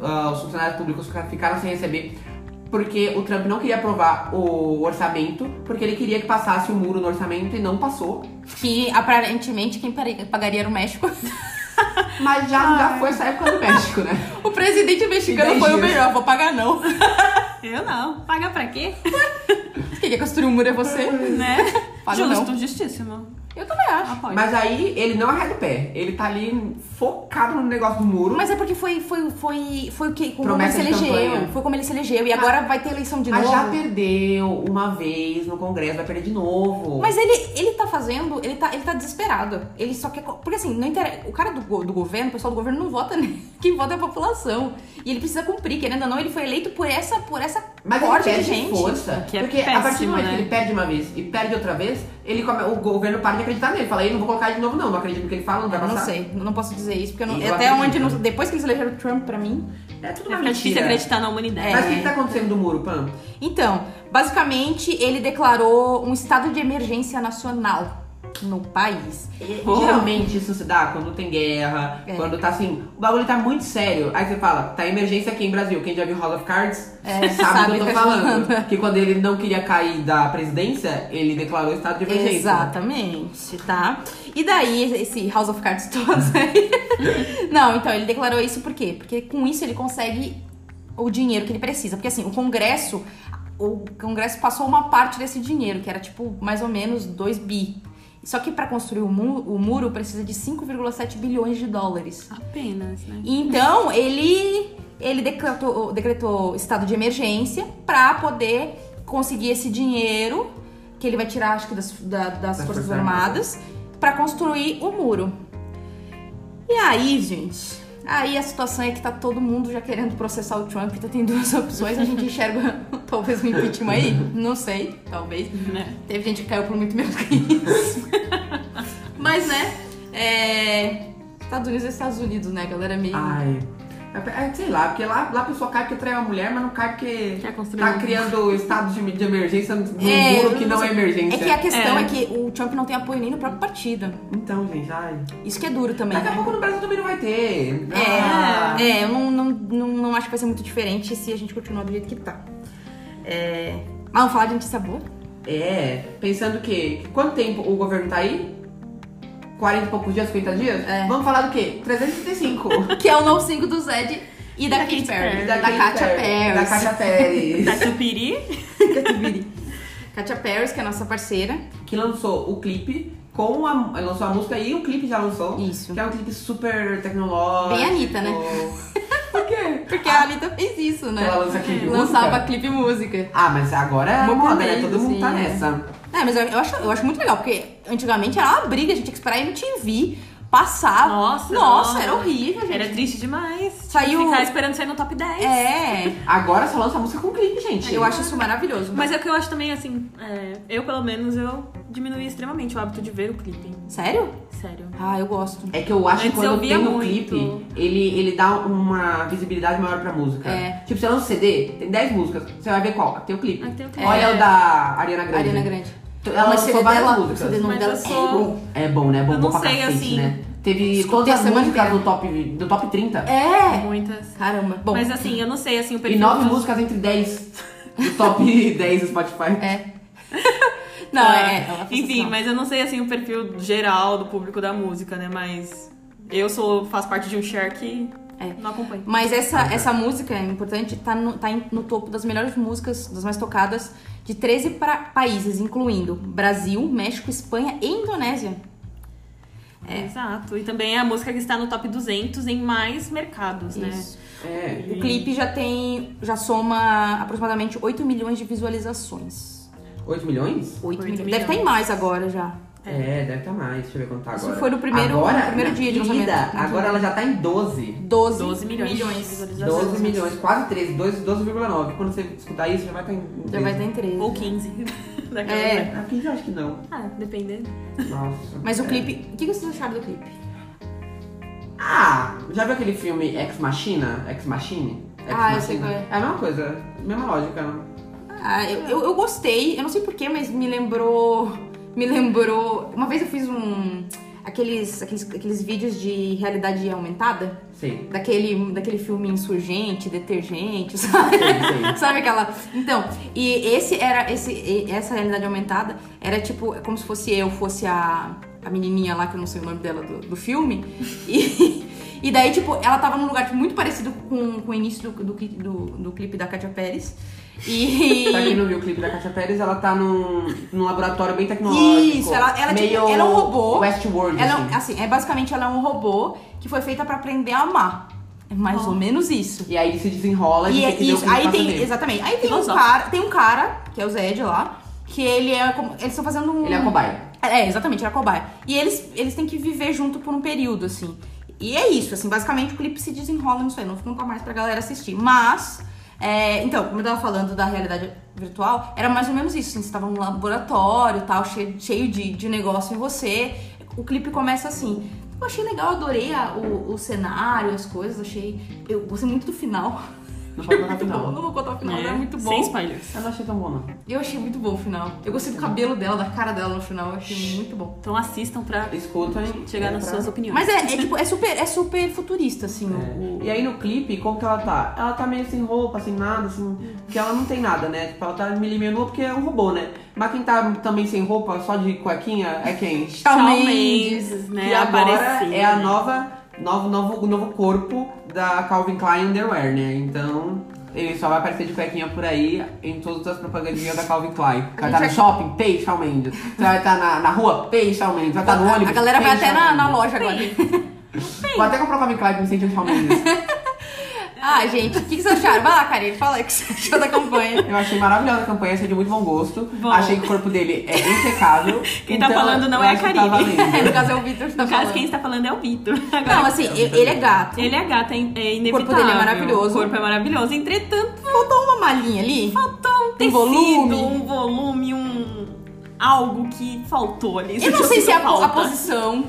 S2: o- ah, os funcionários públicos fica- ficaram sem receber porque o Trump não queria aprovar o orçamento, porque ele queria que passasse o muro no orçamento e não passou.
S3: Que aparentemente quem pare- pagaria era o México.
S2: Mas já, já foi essa época do México, né?
S3: O presidente mexicano
S2: Em dez
S3: foi o
S2: dias.
S3: melhor, vou pagar não.
S1: Eu não. Paga pra quê?
S3: Quem quer construir um muro é você.
S1: né?
S3: Fala
S1: Justo,
S3: não.
S1: justíssimo.
S3: Eu também acho.
S1: Apoio.
S2: Mas aí ele não arrega o pé, ele tá ali focado no negócio do muro.
S3: Mas é porque foi, foi, foi, foi o que como
S2: Promessa
S3: ele
S2: de
S3: se elegeu.
S2: campanha.
S3: Foi como ele se elegeu. E agora vai ter eleição de
S2: mas
S3: novo.
S2: já perdeu uma vez no Congresso, vai perder de novo.
S3: Mas ele, ele tá fazendo, ele tá, ele tá desesperado. Ele só quer. co- Porque assim, não interessa. O cara do, go- do governo, o pessoal do governo não vota nele. Quem vota é a população. E ele precisa cumprir, querendo ou não, ele foi eleito por essa, por essa
S2: Mas ele
S3: corte de
S2: perde
S3: gente.
S2: força.
S1: que é
S2: porque a partir
S1: péssimo,
S2: do momento
S1: né?
S2: que ele perde uma vez e perde outra vez, ele come- o governo para de acreditar nele. Fala, "Ei, não vou colocar de novo, não. Não acredito no que ele fala, não vai
S3: Eu
S2: passar.
S3: não sei, eu não posso dizer isso, porque eu não- é
S2: Eu
S3: até onde.
S2: acredito.
S3: não- depois que eles elegeram o Trump pra mim.
S2: É tudo
S1: Vai
S2: uma
S1: ficar difícil
S2: mentira.
S1: acreditar na humanidade.
S2: Mas o que, que tá acontecendo do muro, Pam?
S3: Então, basicamente, ele declarou um estado de emergência nacional no país.
S1: Oh.
S2: Geralmente isso se dá quando tem guerra,
S3: É.
S2: quando tá assim, o bagulho tá muito sério. Aí você fala, tá emergência aqui em Brasil. Quem já viu House of Cards
S3: É,
S2: sabe do que eu tô
S3: tá
S2: falando. Que quando ele não queria cair da presidência, ele declarou estado de emergência.
S3: Exatamente, tá? E daí, esse House of Cards todos aí. Não, então, ele declarou isso por quê? Porque com isso ele consegue o dinheiro que ele precisa. Porque assim, o Congresso. O Congresso passou uma parte desse dinheiro, que era tipo mais ou menos 2 bi. Só que pra construir o, mu- o muro precisa de 5,7 bilhões de dólares.
S1: Apenas, né?
S3: Então, ele, ele decretou, decretou estado de emergência pra poder conseguir esse dinheiro que ele vai tirar, acho que, das, da- das
S2: Das
S3: Forças
S2: Forças
S3: Armadas pra construir o muro. E aí, gente, aí a situação é que tá todo mundo já querendo processar o Trump, então tem duas opções, a gente enxerga talvez um impeachment aí, não sei, talvez.
S1: Né?
S3: Teve gente que caiu por muito menos que isso. Mas, né? É... Estados Unidos é Estados Unidos, né? A galera é meio.
S2: Ai. É, é, sei lá, porque lá, lá a pessoa cai porque traiu a mulher, mas não cai porque
S1: Quer construir
S2: tá
S1: um-
S2: criando estado de, de emergência num
S3: É,
S2: muro que não é emergência.
S3: É que a questão
S1: É.
S3: é. que o Trump não tem apoio nem no próprio partido.
S2: Então, gente, ai.
S3: Isso que é duro também.
S2: Daqui a
S3: né?
S2: pouco no Brasil também não vai ter. Ah.
S3: É, é, eu não, não, não, não acho que vai ser muito diferente se a gente continuar do jeito que tá. É... Ah, vamos falar de notícia boa?
S2: É, pensando que quanto tempo o governo tá aí? 40 e poucos dias, 50 dias?
S3: É.
S2: Vamos falar do quê? 365.
S3: Que é o novo single do Zed e da,
S1: Da
S3: Katy
S1: Katy
S3: Perry.
S1: Perry.
S3: Da,
S2: Katy
S3: Katy Perry.
S2: Da Katy Perry.
S1: Da Tupiri.
S3: Katia Paris, que é a nossa parceira.
S2: que lançou o clipe com a. Lançou a música e o clipe já lançou.
S3: Isso.
S2: Que é um clipe super tecnológico.
S3: Bem Anitta, né?
S2: Por quê?
S3: Porque a Anitta fez isso, né?
S2: Ela lança clipe e
S3: Lançava
S2: música?
S3: clipe e música.
S2: Ah, mas agora é
S3: Uma
S2: uma
S3: por
S2: moda, né?
S3: mês,
S2: Todo mundo tá
S3: assim, é.
S2: nessa.
S3: É, mas eu, eu acho, eu acho muito legal, porque antigamente era uma briga, a gente tinha que esperar a MTV passar.
S1: Nossa,
S3: Ah, Nossa,
S1: não.
S3: era horrível, gente.
S1: Era triste demais. Tinha que
S3: Saiu-
S1: Ficar esperando sair no top 10.
S3: É,
S2: Agora só lança a música com clipe, gente.
S3: eu acho isso maravilhoso.
S1: Mas é o que eu acho também, assim, é, eu pelo menos, eu diminuí extremamente o hábito de ver o clipe.
S3: Sério?
S1: Sério.
S3: Ah, eu gosto.
S2: É que eu acho que
S1: Antes eu
S2: quando
S1: via
S2: tem um
S1: muito.
S2: clipe, ele, ele dá uma visibilidade maior pra música.
S3: É.
S2: Tipo, você lança um CD, tem 10 músicas, você vai ver qual? Tem o clipe.
S1: Ah, tem o clipe.
S2: Olha o da Ariana Grande.
S3: É.
S2: Então,
S3: Ariana Grande. é
S2: Ela
S3: Mas
S2: lançou
S3: CD
S2: várias
S3: dela, o
S2: músicas.
S3: CD nome
S1: Mas
S3: dela
S1: eu
S3: é
S1: sou-
S3: bom.
S2: É bom, né? Bom,
S1: Eu
S2: bom
S1: não
S2: pra
S1: sei,
S2: cacete,
S1: assim,
S2: né? Teve
S3: escutei
S2: todas
S3: a
S2: as
S3: semana
S2: músicas
S3: inteira.
S2: do top, do top 30.
S3: É!
S1: Muitas.
S3: Caramba. Bom,
S1: Mas assim, eu não sei, assim, o perfil.
S2: E nove
S1: dos-
S2: músicas entre 10 do top 10 do Spotify.
S3: é. Não,
S1: Ah,
S3: é. é ela fez
S1: Enfim,
S3: assim, ó.
S1: mas eu não sei, assim, o perfil geral do público da música, né? Mas eu sou, faço parte de um share que
S3: É.
S1: não acompanho.
S3: Mas essa, essa música, é importante, tá, no, tá em- no topo das melhores músicas, das mais tocadas, de 13 pra- países, incluindo Brasil, México, Espanha e Indonésia.
S1: Exato. E também é a música que está no top 200 em mais mercados, né?
S3: Isso.
S2: É.
S3: O clipe já tem, já soma aproximadamente 8 milhões de visualizações.
S2: 8 milhões?
S3: 8,
S1: Oito
S3: milhões.
S1: milhões.
S3: Deve ter mais agora já.
S2: É, deve estar mais. Deixa eu ver quanto tá
S3: Isso
S2: agora.
S3: foi no primeiro-
S2: agora,
S3: no primeiro dia de
S2: querida,
S3: lançamento.
S2: Agora ela já tá em 12.
S3: 12,
S1: 12 milhões. de visualizações.
S2: 12 milhões, quase 13, 12, 12,9. Quando você escutar isso, já vai estar em.
S3: Já vai estar em 13.
S1: Ou 15. Daquela
S3: É.
S1: época.
S2: Aqui já acho que não.
S1: Ah, dependendo.
S2: Nossa.
S3: Mas o
S2: É.
S3: clipe. O que vocês acharam do clipe?
S2: Ah, já viu aquele filme Ex Machina? Ex Machine? Ex
S3: Ah, eu sei
S2: Machina?
S3: qual é.
S2: É a mesma coisa, mesma lógica.
S3: Ah, eu, eu, eu gostei, eu não sei porquê, mas me lembrou. Me lembrou. Uma vez eu fiz um. Aqueles, aqueles, aqueles vídeos de realidade aumentada.
S2: Sei.
S3: Daquele, daquele filme Insurgente, Detergente, sabe?
S2: Sei, sei.
S3: Sabe aquela? Então, e esse era esse e- essa realidade aumentada era tipo é como se fosse eu fosse a, a menininha lá que eu não sei o nome dela do, do filme. E, e daí tipo, ela tava num lugar tipo, muito parecido com, com o início do, do, cli- do, do clipe da Katia Pérez. E
S2: Pra quem não viu o clipe da Katia Pérez, ela tá num, num laboratório bem tecnológico.
S3: Isso, ela, ela,
S2: meio
S3: tipo, ela é um robô.
S2: Westworld,
S3: Ela é um-
S2: assim.
S3: assim, é basicamente ela é um robô que foi feita pra aprender a amar. É mais
S1: Ó.
S3: ou menos isso.
S2: E aí se desenrola
S3: E
S2: de
S3: é
S2: ter que deu
S3: isso,
S2: o clipe
S3: aí
S2: pra
S3: tem,
S2: fazer.
S3: exatamente. Aí tem um
S1: Filosófico.
S3: cara, tem um cara, que é o Zed lá, que ele é como- eles estão fazendo um
S2: Ele é a cobaia.
S3: É, exatamente, ele é a cobaia. E eles eles têm que viver junto por um período assim. E é isso, assim, basicamente o clipe se desenrola nisso aí, não fica nunca mais pra galera assistir. Mas é, então, como eu tava falando da realidade virtual, era mais ou menos isso. Assim, você tava num laboratório e tal, cheio, cheio de, de negócio em você. O clipe começa assim. Eu achei legal, adorei a- o, o cenário, as coisas, achei. Eu gostei muito do final.
S2: Não pode contar o
S3: Muito bom, não
S2: final.
S3: vou contar o final,
S1: É,
S3: é, muito bom.
S1: Sem spoilers.
S2: Eu não achei tão bom, não.
S3: Eu achei muito bom o final. Eu gostei do cabelo dela, da cara dela no final, eu achei muito bom.
S1: Então assistam pra
S2: Escutem.
S1: chegar
S2: é,
S1: nas
S2: pra-
S1: suas opiniões.
S3: Mas é, é tipo, é super, é super futurista, assim. o-
S2: É. E aí no clipe, como que ela tá? Ela tá meio sem roupa, sem nada, assim. Porque ela não tem nada, né? Tipo, ela tá milimenua porque é um robô, né? Mas quem tá também sem roupa, só de cuequinha, é quem?
S3: Shawn
S1: Shawn
S3: Mendes,
S1: Mendes,
S2: Que
S1: né?
S2: agora
S1: apareceu,
S2: é a
S1: né?
S2: nova, novo, novo, novo corpo da Calvin Klein Underwear, né? Então, ele só vai aparecer de cuequinha por aí em todas as propagandinhas da Calvin Klein. Vai
S3: gente
S2: estar
S3: vai-
S2: no shopping? Peixe Shawn Mendes. Você vai estar na, na rua? Peixe Shawn Mendes. Vai estar Tá no ônibus?
S3: a galera vai
S2: Peixe
S3: até na,
S2: Shawn
S3: na
S2: Mendes.
S3: loja agora.
S2: Vou até comprar o Calvin Klein pra me sentir um Shawn Mendes.
S3: Ah, gente, o que, que vocês acharam? Vai lá, Karine, fala aí o que você achou da campanha.
S2: Eu achei maravilhosa a campanha, achei de muito bom gosto.
S1: Bom.
S2: Achei que o corpo dele é impecável.
S1: Quem tá
S2: Então,
S1: falando não
S2: eu
S1: é a
S2: acho que
S1: Karine.
S2: Tá valendo.
S3: no caso é o Vitor que tá
S1: No caso,
S3: falando.
S1: quem está falando é o Vitor. Agora,
S3: Não, assim, e- ele é gato.
S1: Ele é gato, é in- é inevitável.
S3: corpo dele é maravilhoso.
S1: O corpo é maravilhoso. Entretanto,
S3: Faltou uma malinha ali.
S1: faltou um
S3: Tem
S1: tecido,
S3: volume.
S1: um volume, um... Algo que faltou ali.
S3: Eu não sei se é a, po- a
S1: Falta.
S3: posição.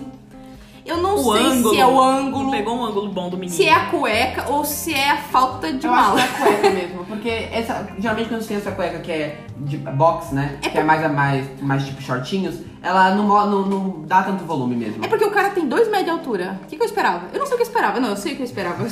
S3: Eu não
S1: O
S3: sei
S1: ângulo.
S3: se é o ângulo,
S1: Não Pegou um ângulo bom do menino.
S3: se é a cueca ou se é a falta de
S2: Eu
S3: mala.
S2: acho que é cueca mesmo, porque essa, geralmente quando tem essa cueca que é de box, né? que é mais, a mais, mais tipo shortinhos, ela não, mo- não, não dá tanto volume mesmo.
S3: É porque o cara tem dois metros de altura. O que, que eu esperava? Eu não sei o que eu esperava. Não, eu sei o que eu esperava.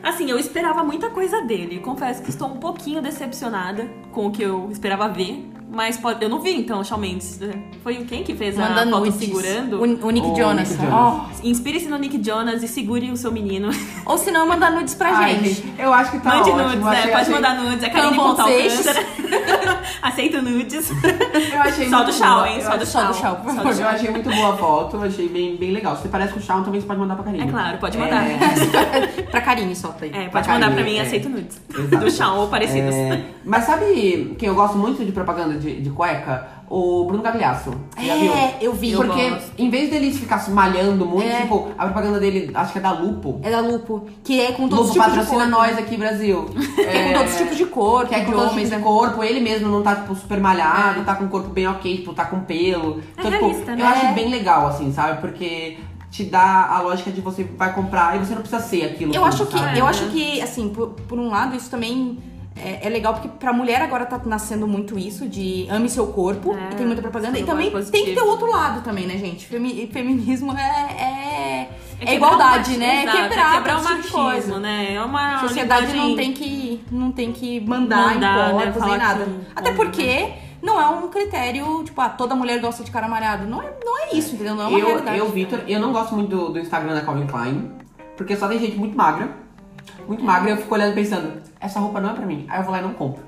S1: Assim, eu esperava muita coisa dele. Confesso que estou um pouquinho decepcionada com o que eu esperava ver. Mas pode... eu não vi, então, o Shawn Mendes. Foi quem que fez a foto
S3: nudes.
S1: segurando?
S3: O, o Nick
S2: O
S3: Jonas.
S2: Nick Jonas.
S3: Ó.
S1: Inspire-se no Nick Jonas e segure o seu menino.
S3: Ou se não, manda nudes pra
S2: Ai,
S3: gente.
S2: Eu acho que tá
S1: tá, Mande
S2: ótimo.
S1: nudes,
S2: eu achei-
S1: né? Pode
S2: achei-
S1: mandar nudes. É Karine
S3: Tampon
S1: Pontal
S3: Seixas.
S1: Cântara. Aceito nudes.
S2: Eu achei
S1: Só
S2: muito
S1: do Shawn,
S2: boa.
S1: hein?
S2: Eu
S1: Só do
S3: só do
S1: Shawn.
S3: Shawn, por
S1: Só do
S3: favor.
S2: Eu achei muito boa a foto, eu achei bem, bem legal. Se parece com o Shawn, também você pode mandar pra Karine.
S1: É claro, pode mandar.
S2: É,
S3: pra Karine só, tá aí.
S1: É, pode
S2: Pra
S1: mandar
S2: Karine,
S1: pra mim,
S2: é.
S1: aceito nudes.
S2: Exato.
S1: Do Shawn ou parecidos.
S2: é. Mas sabe quem eu gosto muito de propaganda de, de cueca? O Bruno Gagliasso. Já viu?
S3: É, eu vi.
S2: Porque
S1: gosto.
S2: em vez dele ficar se malhando muito,
S3: É.
S2: tipo, a propaganda dele, acho que é da Lupo.
S3: É da Lupo. Que é com
S2: Lupo
S3: todos os tipos de
S2: patrocina
S3: cor.
S2: nós aqui, Brasil.
S3: Que é com todos os tipos de cor,
S2: Que é com
S3: de É.
S2: todo
S3: homens.
S2: tipo de
S3: né?
S2: corpo, ele mesmo não tá, tipo, super malhado, tá com o corpo bem ok, tipo, tá com pelo.
S1: É
S2: Então,
S1: realista,
S2: tipo,
S1: né?
S2: eu acho
S3: É.
S2: bem legal, assim, sabe? Porque te dá a lógica de você vai comprar e você não precisa ser aquilo.
S3: Eu
S2: tudo,
S3: acho que,
S2: sabe?
S3: eu acho que assim, por, por um lado, isso também é, é legal, porque pra mulher agora tá nascendo muito isso de ame seu corpo,
S1: É,
S3: e tem muita propaganda. E
S1: isso é um
S3: também
S1: lado positivo.
S3: tem que ter o outro lado também, né, gente? Femi- feminismo é, é, é
S1: quebrar
S3: igualdade,
S1: o machismo,
S3: né? é
S1: exato,
S3: quebrar,
S1: é quebrar o
S3: todo tipo de
S1: machismo,
S3: coisa.
S1: né? É uma
S3: A sociedade
S1: linguagem-
S3: não tem que, não tem que mandar,
S1: Mandar,
S3: em
S1: né?
S3: corpos
S1: Falar
S3: nem nada.
S1: que-
S3: Até porque não é um critério, tipo, ah, toda mulher gosta de cara malhado. Não é, não é isso, entendeu? Não é uma
S2: eu,
S3: realidade.
S2: eu, Vitor, eu não gosto muito do, do Instagram da Calvin Klein, porque só tem gente muito magra. Muito magra, e eu fico olhando e pensando, essa roupa não é pra mim. Aí eu vou lá e não compro.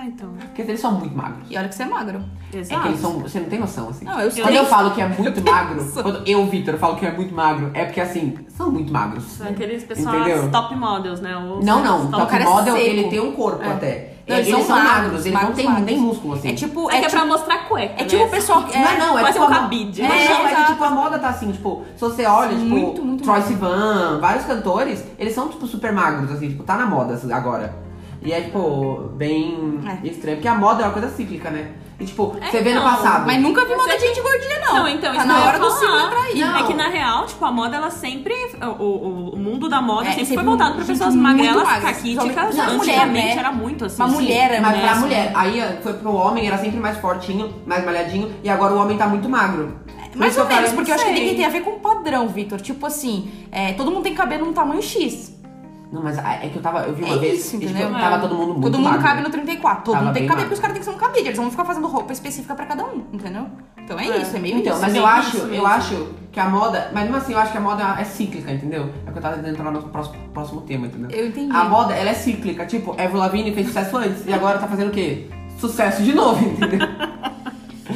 S1: Ah, então.
S2: Porque eles são muito magros.
S3: E olha É que você é magro.
S2: É que
S1: Exato.
S2: eles são. Você não tem noção, assim.
S3: Não, eu
S2: Quando
S3: sei.
S2: eu falo que é muito magro,
S3: noção.
S2: quando eu, Vitor, falo que é muito magro, é porque assim, são muito magros.
S1: São aqueles pessoal
S2: Entendeu?
S1: as top models, né? Os
S2: Não, não. O
S1: top-
S2: top
S3: cara é
S2: model,
S3: seco. É.
S2: ele tem um corpo até.
S3: Não,
S2: eles, são magros, eles não
S3: magros,
S2: têm
S3: magros.
S2: nem músculo, assim.
S3: É tipo.
S1: É que é pra
S3: tipo-
S1: mostrar cueca.
S3: É tipo o
S1: né?
S3: pessoal que.
S2: não, é não, é
S1: quase
S2: tipo
S1: um
S2: a-
S1: cabide.
S2: Não,
S3: É,
S2: não, é que
S3: exato.
S2: tipo a moda tá assim, tipo, se você olha, tipo,
S3: Muito, muito
S2: Troy
S3: magro.
S2: Sivan, vários cantores, eles são, tipo, super magros, assim, tipo, tá na moda assim, agora. E é, tipo, bem
S3: É.
S2: estranho, porque a moda é uma coisa cíclica, né? E, tipo,
S1: É,
S2: você vê no
S1: então,
S2: passado.
S3: Mas nunca vi moda de gente gordinha, não.
S1: Não, então,
S3: tá
S1: isso
S3: na
S1: que eu
S3: hora
S1: ia
S3: do
S1: falar.
S3: ciclo atrair.
S2: Não.
S1: É que na real, tipo, a moda ela sempre. O, o- o mundo da moda
S3: É,
S1: sempre,
S3: sempre
S1: foi voltado pra
S3: gente
S1: pessoas
S3: muito
S1: magrelas,
S3: magras,
S1: caquíticas.
S3: principalmente mulher,
S1: Antigamente
S3: né?
S1: era muito assim.
S3: Uma
S1: sim.
S3: mulher é
S2: Mas pra
S3: mesmo.
S2: mulher, aí eh, foi pro homem, era sempre mais fortinho, mais malhadinho, e agora o homem tá muito magro. Por
S3: É, Mais
S2: isso
S3: ou
S2: que eu
S3: menos,
S2: falei,
S3: porque eu acho que
S2: não
S3: tem,
S2: sei.
S3: tem a ver com o padrão, Vitor. Tipo assim, é, todo mundo tem cabelo num tamanho X.
S2: Não, mas ah, é que eu tava. Eu vi uma
S3: é
S2: vez.
S3: isso,
S2: e, tipo,
S3: entendeu?
S2: tava todo mundo muito
S3: Todo mundo
S2: magro.
S3: cabe no 34. Todo
S2: Tava
S3: mundo tem
S2: bem
S3: que caber,
S2: magro.
S3: porque os caras têm que ser um cabide. Eles vão ficar fazendo roupa específica pra cada um, entendeu? Então é,
S1: É.
S3: isso, é meio
S2: Então,
S3: isso.
S2: mas eu
S1: bem
S2: acho,
S1: isso
S2: eu
S1: mesmo.
S2: acho que a moda. Mas mesmo assim, eu acho que a moda é cíclica, entendeu? É o que eu tava tentando entrar no nosso próximo, próximo tema, entendeu?
S3: Eu entendi.
S2: A moda, ela é cíclica. Tipo, Evelyn Lavigne fez sucesso antes e agora tá fazendo o quê? Sucesso de novo, entendeu?
S3: É.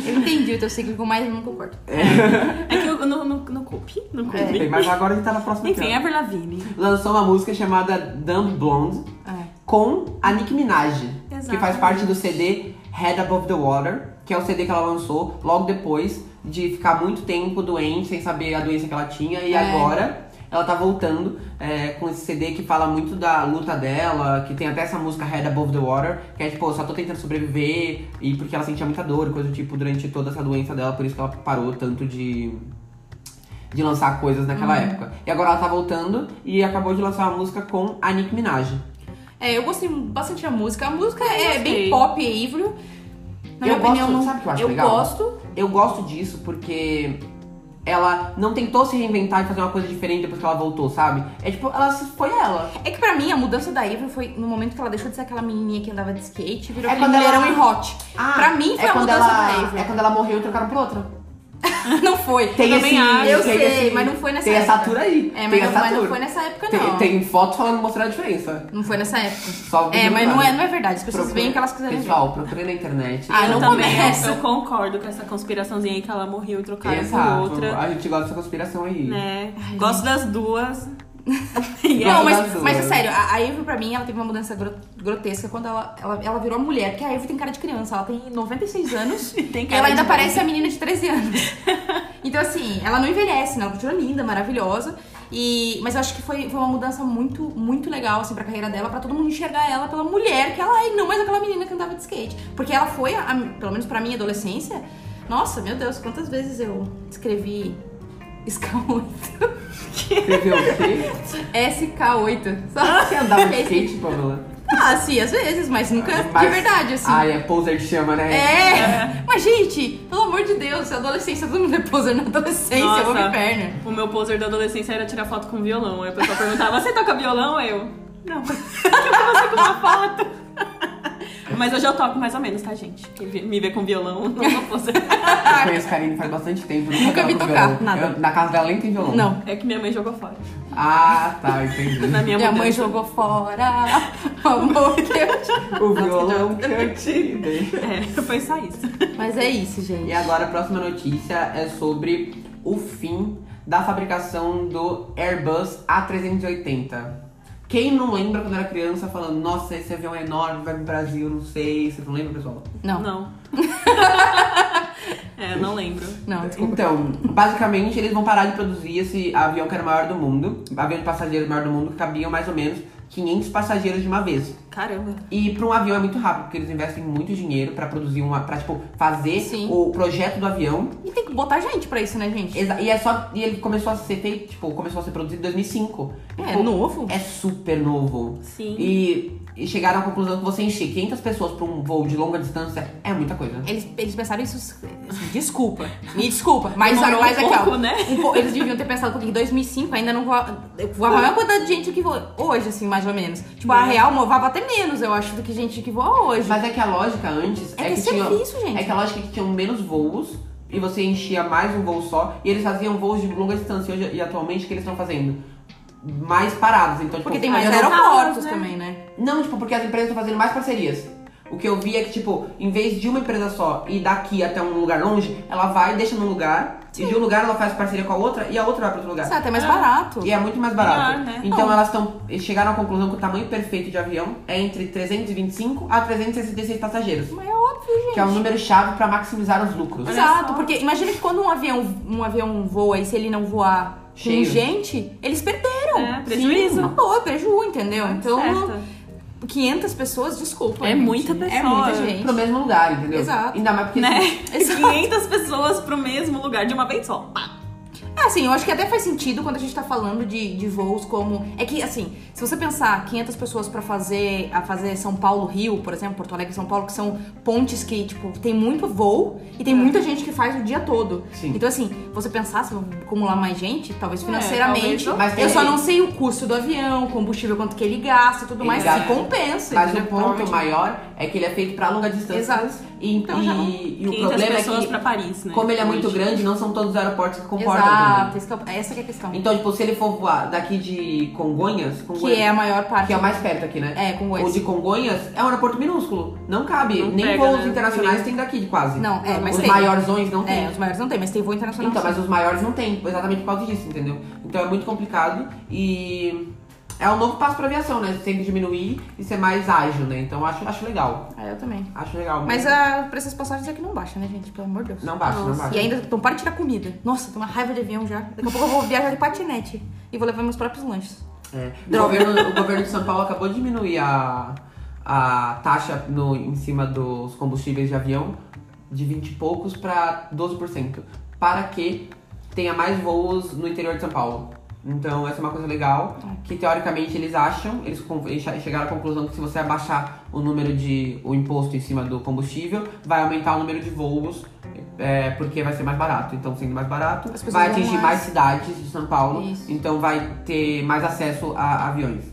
S3: Eu entendi o teu ciclo, mas eu não concordo.
S1: É que eu não, não, não culpe. Não culpe.
S2: Enfim, mas agora a gente tá na
S3: É.
S2: próxima
S1: Enfim,
S2: tema.
S1: Ever Lavigne.
S2: Lançou uma música chamada Dumb Blonde
S3: É.
S2: com a Nicki Minaj, que
S1: Exatamente.
S2: faz parte do CD Head Above the Water, que é o CD que ela lançou logo depois de ficar muito tempo doente, sem saber a doença que ela tinha, e
S3: É.
S2: agora ela tá voltando é, com esse CD que fala muito da luta dela, que tem até essa música Head Above the Water, que é tipo, "Eu só tô tentando sobreviver, e porque ela sentia muita dor, coisa do tipo, durante toda essa doença dela, por isso que ela parou tanto de de lançar coisas naquela época. E agora ela tá voltando e acabou de lançar uma música com a Nicki Minaj.
S3: É, eu gostei bastante da música. A música é
S1: gostei.
S3: bem pop e híbrido. Na
S2: Eu
S3: minha opinião,
S2: gosto-
S3: não.
S2: sabe o que eu acho
S3: eu
S2: legal?
S3: gosto.
S2: Eu gosto disso porque ela não tentou se reinventar e fazer uma coisa diferente depois que ela voltou, sabe? É tipo, ela se- foi ela.
S3: É que pra mim, a mudança da Ivy foi no momento que ela deixou de ser aquela menininha que andava de skate e virou
S2: É
S3: aquele
S2: quando ela-
S3: mulherão em hot.
S2: Ah,
S3: pra mim, foi
S2: é
S3: a
S2: quando
S3: mudança
S2: ela,
S3: da Ivy.
S2: É quando ela morreu e trocaram por outra.
S3: Não foi.
S2: Tem
S1: Eu
S2: esse,
S1: também acho.
S3: Eu
S2: tem
S3: sei,
S2: esse-
S3: mas não foi nessa
S2: Tem
S3: época.
S2: essa atura aí.
S3: É,
S2: tem
S3: mas, não,
S2: essa
S3: mas não
S2: atura.
S3: foi nessa época,
S2: Tem,
S3: não.
S2: tem fotos falando, mostrando a diferença.
S3: Não foi nessa época.
S2: Só
S3: É, mas não
S2: procurem.
S3: é, não é verdade. As pessoas
S2: Procurem.
S3: veem o que elas quiserem ver.
S2: Pessoal, procurem na internet.
S3: Ah,
S1: eu
S3: não
S1: também.
S3: começa.
S1: Eu, eu concordo com essa conspiraçãozinha aí que ela morreu e trocaram por
S2: Exato.
S1: outra.
S2: A gente gosta dessa conspiração aí.
S1: Né? Gosto das duas.
S3: Não, mas,
S2: Gosto das
S3: mas é
S2: duas.
S3: sério, a, a Ivy pra mim, ela teve uma mudança gro- grotesca quando ela, ela, ela virou mulher. Porque a Ivy tem cara de criança, ela tem 96 anos
S1: E tem
S3: e
S1: cara
S3: ela ainda
S1: de-
S3: parece a menina de 13 anos. Então, assim, ela não envelhece, né? Ela continua linda, maravilhosa. E, mas eu acho que foi, foi uma mudança muito, muito legal, assim, pra carreira dela, pra todo mundo enxergar ela pela mulher que ela é, e não mais aquela menina que andava de skate. Porque ela foi, a- a- pelo menos pra minha adolescência, nossa, meu Deus, quantas vezes eu escrevi SK8.
S2: Escreveu o quê?
S3: SK8.
S2: Você Ah, andava de skate, Pamela?
S3: Ah, sim, às vezes, mas nunca de
S2: Mas-
S3: verdade, assim.
S2: Ai, é poser que chama, né?
S3: É! Mas, gente, pelo amor de Deus, é adolescência, todo mundo é poser na adolescência, é um
S1: Nossa.
S3: vamos em perna.
S1: O meu poser da adolescência era tirar foto com violão. Aí o pessoal perguntava, você toca violão? Aí eu, não. Eu você com uma foto. Mas hoje eu toco mais ou menos, tá, gente? Quem vê- me vê com violão, não vou fazer.
S2: Eu conheço Karine faz bastante tempo.
S3: Nunca vi
S2: toca
S3: tocar,
S2: violão.
S3: nada.
S2: Eu- na casa dela nem tem violão.
S3: Não.
S1: É que minha mãe jogou fora.
S2: Ah, tá, entendi.
S1: Na minha,
S3: Minha mãe
S1: mudança.
S3: jogou fora. O amor que eu te...
S2: O violão que eu te dei.
S1: É, foi só isso.
S3: Mas é isso, gente.
S2: E agora a próxima notícia é sobre o fim da fabricação do Airbus A380. Quem não lembra quando era criança falando, nossa, esse avião é enorme, vai pro Brasil, não sei. Vocês não lembram, pessoal?
S3: Não, não,
S1: Não. é, não lembro.
S3: desculpa.
S2: Então, basicamente eles vão parar de produzir esse avião que era o maior do mundo, avião de passageiros maior do mundo, que cabiam mais ou menos 500 passageiros de uma vez.
S1: Caramba.
S2: E para um avião é muito rápido, porque eles investem muito dinheiro pra produzir uma, para tipo fazer
S3: Sim.
S2: o projeto do avião.
S3: E tem que botar gente pra isso, né, gente?
S2: Exa- E é só e ele começou a ser feito, tipo, começou a ser produzido em 2005. E,
S3: É
S2: tipo,
S3: novo.
S2: É super novo.
S1: Sim.
S2: E, e chegaram à conclusão que você encher 500 pessoas pra um voo de longa distância é muita coisa.
S3: Eles, eles pensaram isso. assim, desculpa. Me desculpa. Mas,
S1: Demorou
S3: mas
S1: um
S3: aqui, ó.
S1: pouco, né?
S3: um pouco- eles deviam ter pensado, porque em 2005 ainda não voava.
S1: Tá
S3: Voava a maior quantidade de gente do que voa hoje, assim, mais ou menos. Tipo, a
S1: É.
S3: real movava até menos, eu acho, do que gente que voa hoje.
S2: Mas é que a lógica antes
S3: É
S2: é,
S3: que
S2: que,
S3: é
S2: tinha.
S3: serviço, gente.
S2: É que a lógica é que tinham menos voos e você enchia mais um voo só. E eles faziam voos de longa distância. E, hoje, e atualmente o que eles estão fazendo? Mais parados. Então, tipo,
S3: porque tem
S2: ah,
S3: mais
S2: eu não
S3: aeroportos
S1: né?
S3: também, né?
S2: Não, tipo, porque as empresas estão fazendo mais parcerias. O que eu vi é que, tipo, em vez de uma empresa só ir daqui até um lugar longe, ela vai, deixa num lugar, e de um lugar ela faz parceria com a outra e a outra vai pra outro lugar.
S3: Isso é até mais
S1: É.
S3: barato.
S2: E é muito mais barato.
S1: Melhor, né?
S2: Então
S3: Bom.
S2: elas estão chegaram à conclusão que o tamanho perfeito de avião é entre 325 a 366 passageiros,
S3: Mas é óbvio, gente.
S2: que é o número chave pra maximizar os lucros.
S1: Olha
S3: Exato,
S1: só.
S3: porque imagina que quando um avião, um avião voa e se ele não voar com
S2: Cheio.
S3: gente, eles perderam.
S1: É, prejuízo.
S3: Sim, boa, prejuízo, entendeu? Então,
S1: Certo.
S3: 500 pessoas, desculpa.
S1: É
S3: gente.
S1: muita
S3: É
S1: pessoa.
S3: muita gente.
S2: Pro mesmo lugar, entendeu?
S3: Exato.
S2: Ainda mais porque assim,
S1: Né?
S3: Exato.
S1: 500 pessoas pro mesmo lugar de uma vez só. Pá.
S3: Ah, Assim, eu acho que até faz sentido quando a gente tá falando de, de voos como. É que, assim, se você pensar 500 pessoas pra fazer a fazer São Paulo-Rio, por exemplo, Porto Alegre-São Paulo, que são pontes que, tipo, tem muito voo e tem muita gente que faz o dia todo.
S2: É. Sim.
S3: Então, assim, você pensar se vamos acumular mais gente, talvez
S1: É,
S3: financeiramente.
S1: talvez.
S2: Mas tem-
S3: eu só não sei o custo do avião, combustível, quanto que ele gasta e tudo
S2: Ele
S3: mais. Se
S2: gasta.
S3: compensa.
S2: Mas o
S3: entendeu?
S2: ponto
S3: Provavelmente-
S2: maior é que ele é feito pra longa distância.
S3: Exato.
S2: E,
S3: Então já não-
S2: e, e o
S1: 500
S2: problema é
S1: pessoas
S2: que
S1: pra Paris, né?
S2: Como ele é muito
S1: Hoje.
S2: grande, não são todos os aeroportos que comportam
S3: Exato,
S2: também.
S3: esse que é o- essa que é a questão.
S2: Então, tipo, se ele for voar daqui de Congonhas,
S3: que
S2: Congonhas
S3: é a maior parte.
S2: que é o mais perto aqui, né?
S3: É, Congonhas.
S2: O de Congonhas é um aeroporto minúsculo. Não cabe.
S1: Não
S2: Nem
S1: pega,
S2: voos
S1: né?
S2: internacionais tem daqui, quase.
S3: Não, é, mas
S2: os
S3: tem.
S2: maiorzões não tem.
S3: É, os maiores não tem, mas tem voo internacional.
S2: Então,
S3: sim.
S2: mas os maiores não tem, exatamente por causa disso, entendeu? Então é muito complicado e é um novo passo pra aviação, né? Sempre diminuir e ser mais ágil, né? Então acho, acho legal.
S3: Ah, eu também.
S2: Acho legal.
S3: Mas ah, o preço das passagens aqui não baixa, né, gente? Pelo amor de Deus.
S2: Não baixa, não
S1: Nossa,
S2: baixa.
S3: E ainda, então para de tirar comida. Nossa, tô uma raiva de avião já. Daqui a pouco eu vou viajar de patinete. E vou levar meus próprios lanches.
S2: É. O, governo, o governo de São Paulo acabou de diminuir a, a taxa no, em cima dos combustíveis de avião de 20 e poucos pra 12%, para que tenha mais voos no interior de São Paulo. Então essa é uma coisa legal, que teoricamente eles acham, eles con- eles che- chegaram à conclusão que se você abaixar o número de o imposto em cima do combustível, vai aumentar o número de voos, é, porque vai ser mais barato. Então sendo mais barato,
S3: As pessoas
S2: vai
S3: vão
S2: atingir
S3: mais.
S2: mais cidades de São Paulo,
S3: Isso.
S2: então vai ter mais acesso a aviões.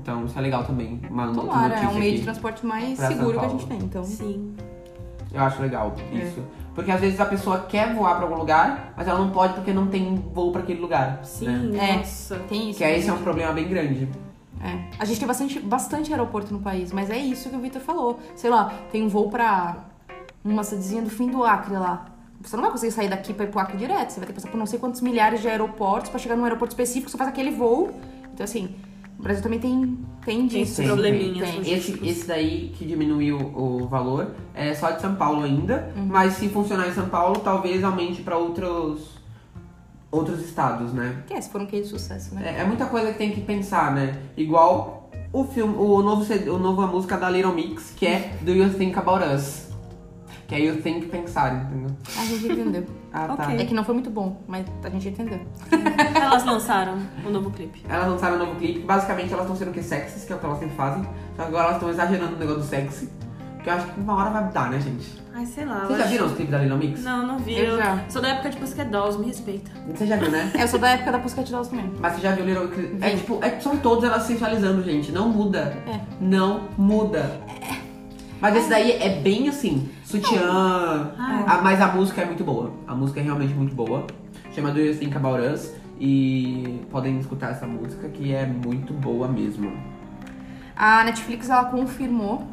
S2: Então isso é legal também, uma outra
S3: Tomara, é
S2: notícia
S3: um meio de
S2: aqui.
S3: transporte mais
S2: pra São
S3: seguro que a
S2: Paulo.
S3: gente tem, então.
S1: Sim.
S2: Eu acho legal
S3: É.
S2: isso. Porque às vezes a pessoa quer voar pra algum lugar, mas ela não pode porque não tem voo pra aquele lugar. Né?
S1: Sim.
S3: É.
S1: Nossa.
S3: Tem isso.
S2: Que aí esse é um problema bem grande.
S3: É. A gente tem bastante, bastante aeroporto no país, mas é isso que o Vitor falou. Sei lá, tem um voo pra uma cidadezinha do fim do Acre lá. Você não vai conseguir sair daqui pra ir pro Acre direto. Você vai ter que passar por não sei quantos milhares de aeroportos pra chegar num aeroporto específico, só faz aquele voo. Então, assim, o Brasil também tem,
S1: Tem
S3: tem disso. né?
S1: esse
S2: Tem,
S1: probleminha.
S3: tem.
S1: logísticos.
S2: Esse, esse daí que diminuiu o valor é só de São Paulo ainda,
S3: Uhum.
S2: mas se funcionar em São Paulo, talvez aumente pra outros outros estados, né?
S3: Que é, se for um case de sucesso, né?
S2: É, é muita coisa que tem que pensar, né? Igual o filme, o novo, CD o novo a música da Little Mix, que é Do You Think About Us. Que aí eu tenho que pensar, entendeu?
S3: A gente entendeu.
S2: Ah, tá.
S1: Ok.
S3: É que não foi muito bom, mas a gente entendeu.
S1: Elas lançaram o novo clipe.
S2: Elas lançaram um novo clipe, basicamente elas estão sendo o que? Sexys, que é o que elas sempre fazem. Só que agora elas estão exagerando no negócio do sexy. Que eu acho que uma hora vai dar, né, gente?
S1: Ai, sei lá.
S2: Vocês já viram os clipes da Lil Mix?
S1: Não, não vi.
S3: Eu já.
S1: Sou da época de Pussycat Dolls, me respeita.
S2: Você já viu, né?
S3: É, Eu sou da época da Pussycat Dolls também.
S2: Mas você já viu Little Cri- É
S3: Vi.
S2: tipo, é- são todas elas sensualizando, gente. Não muda.
S3: É.
S2: Não muda. Mas esse daí é bem assim, sutiã. Ah, mas a música é muito boa. A música é realmente muito boa. Chama Do You Think About Us. E podem escutar essa música que é muito boa mesmo.
S3: A Netflix ela confirmou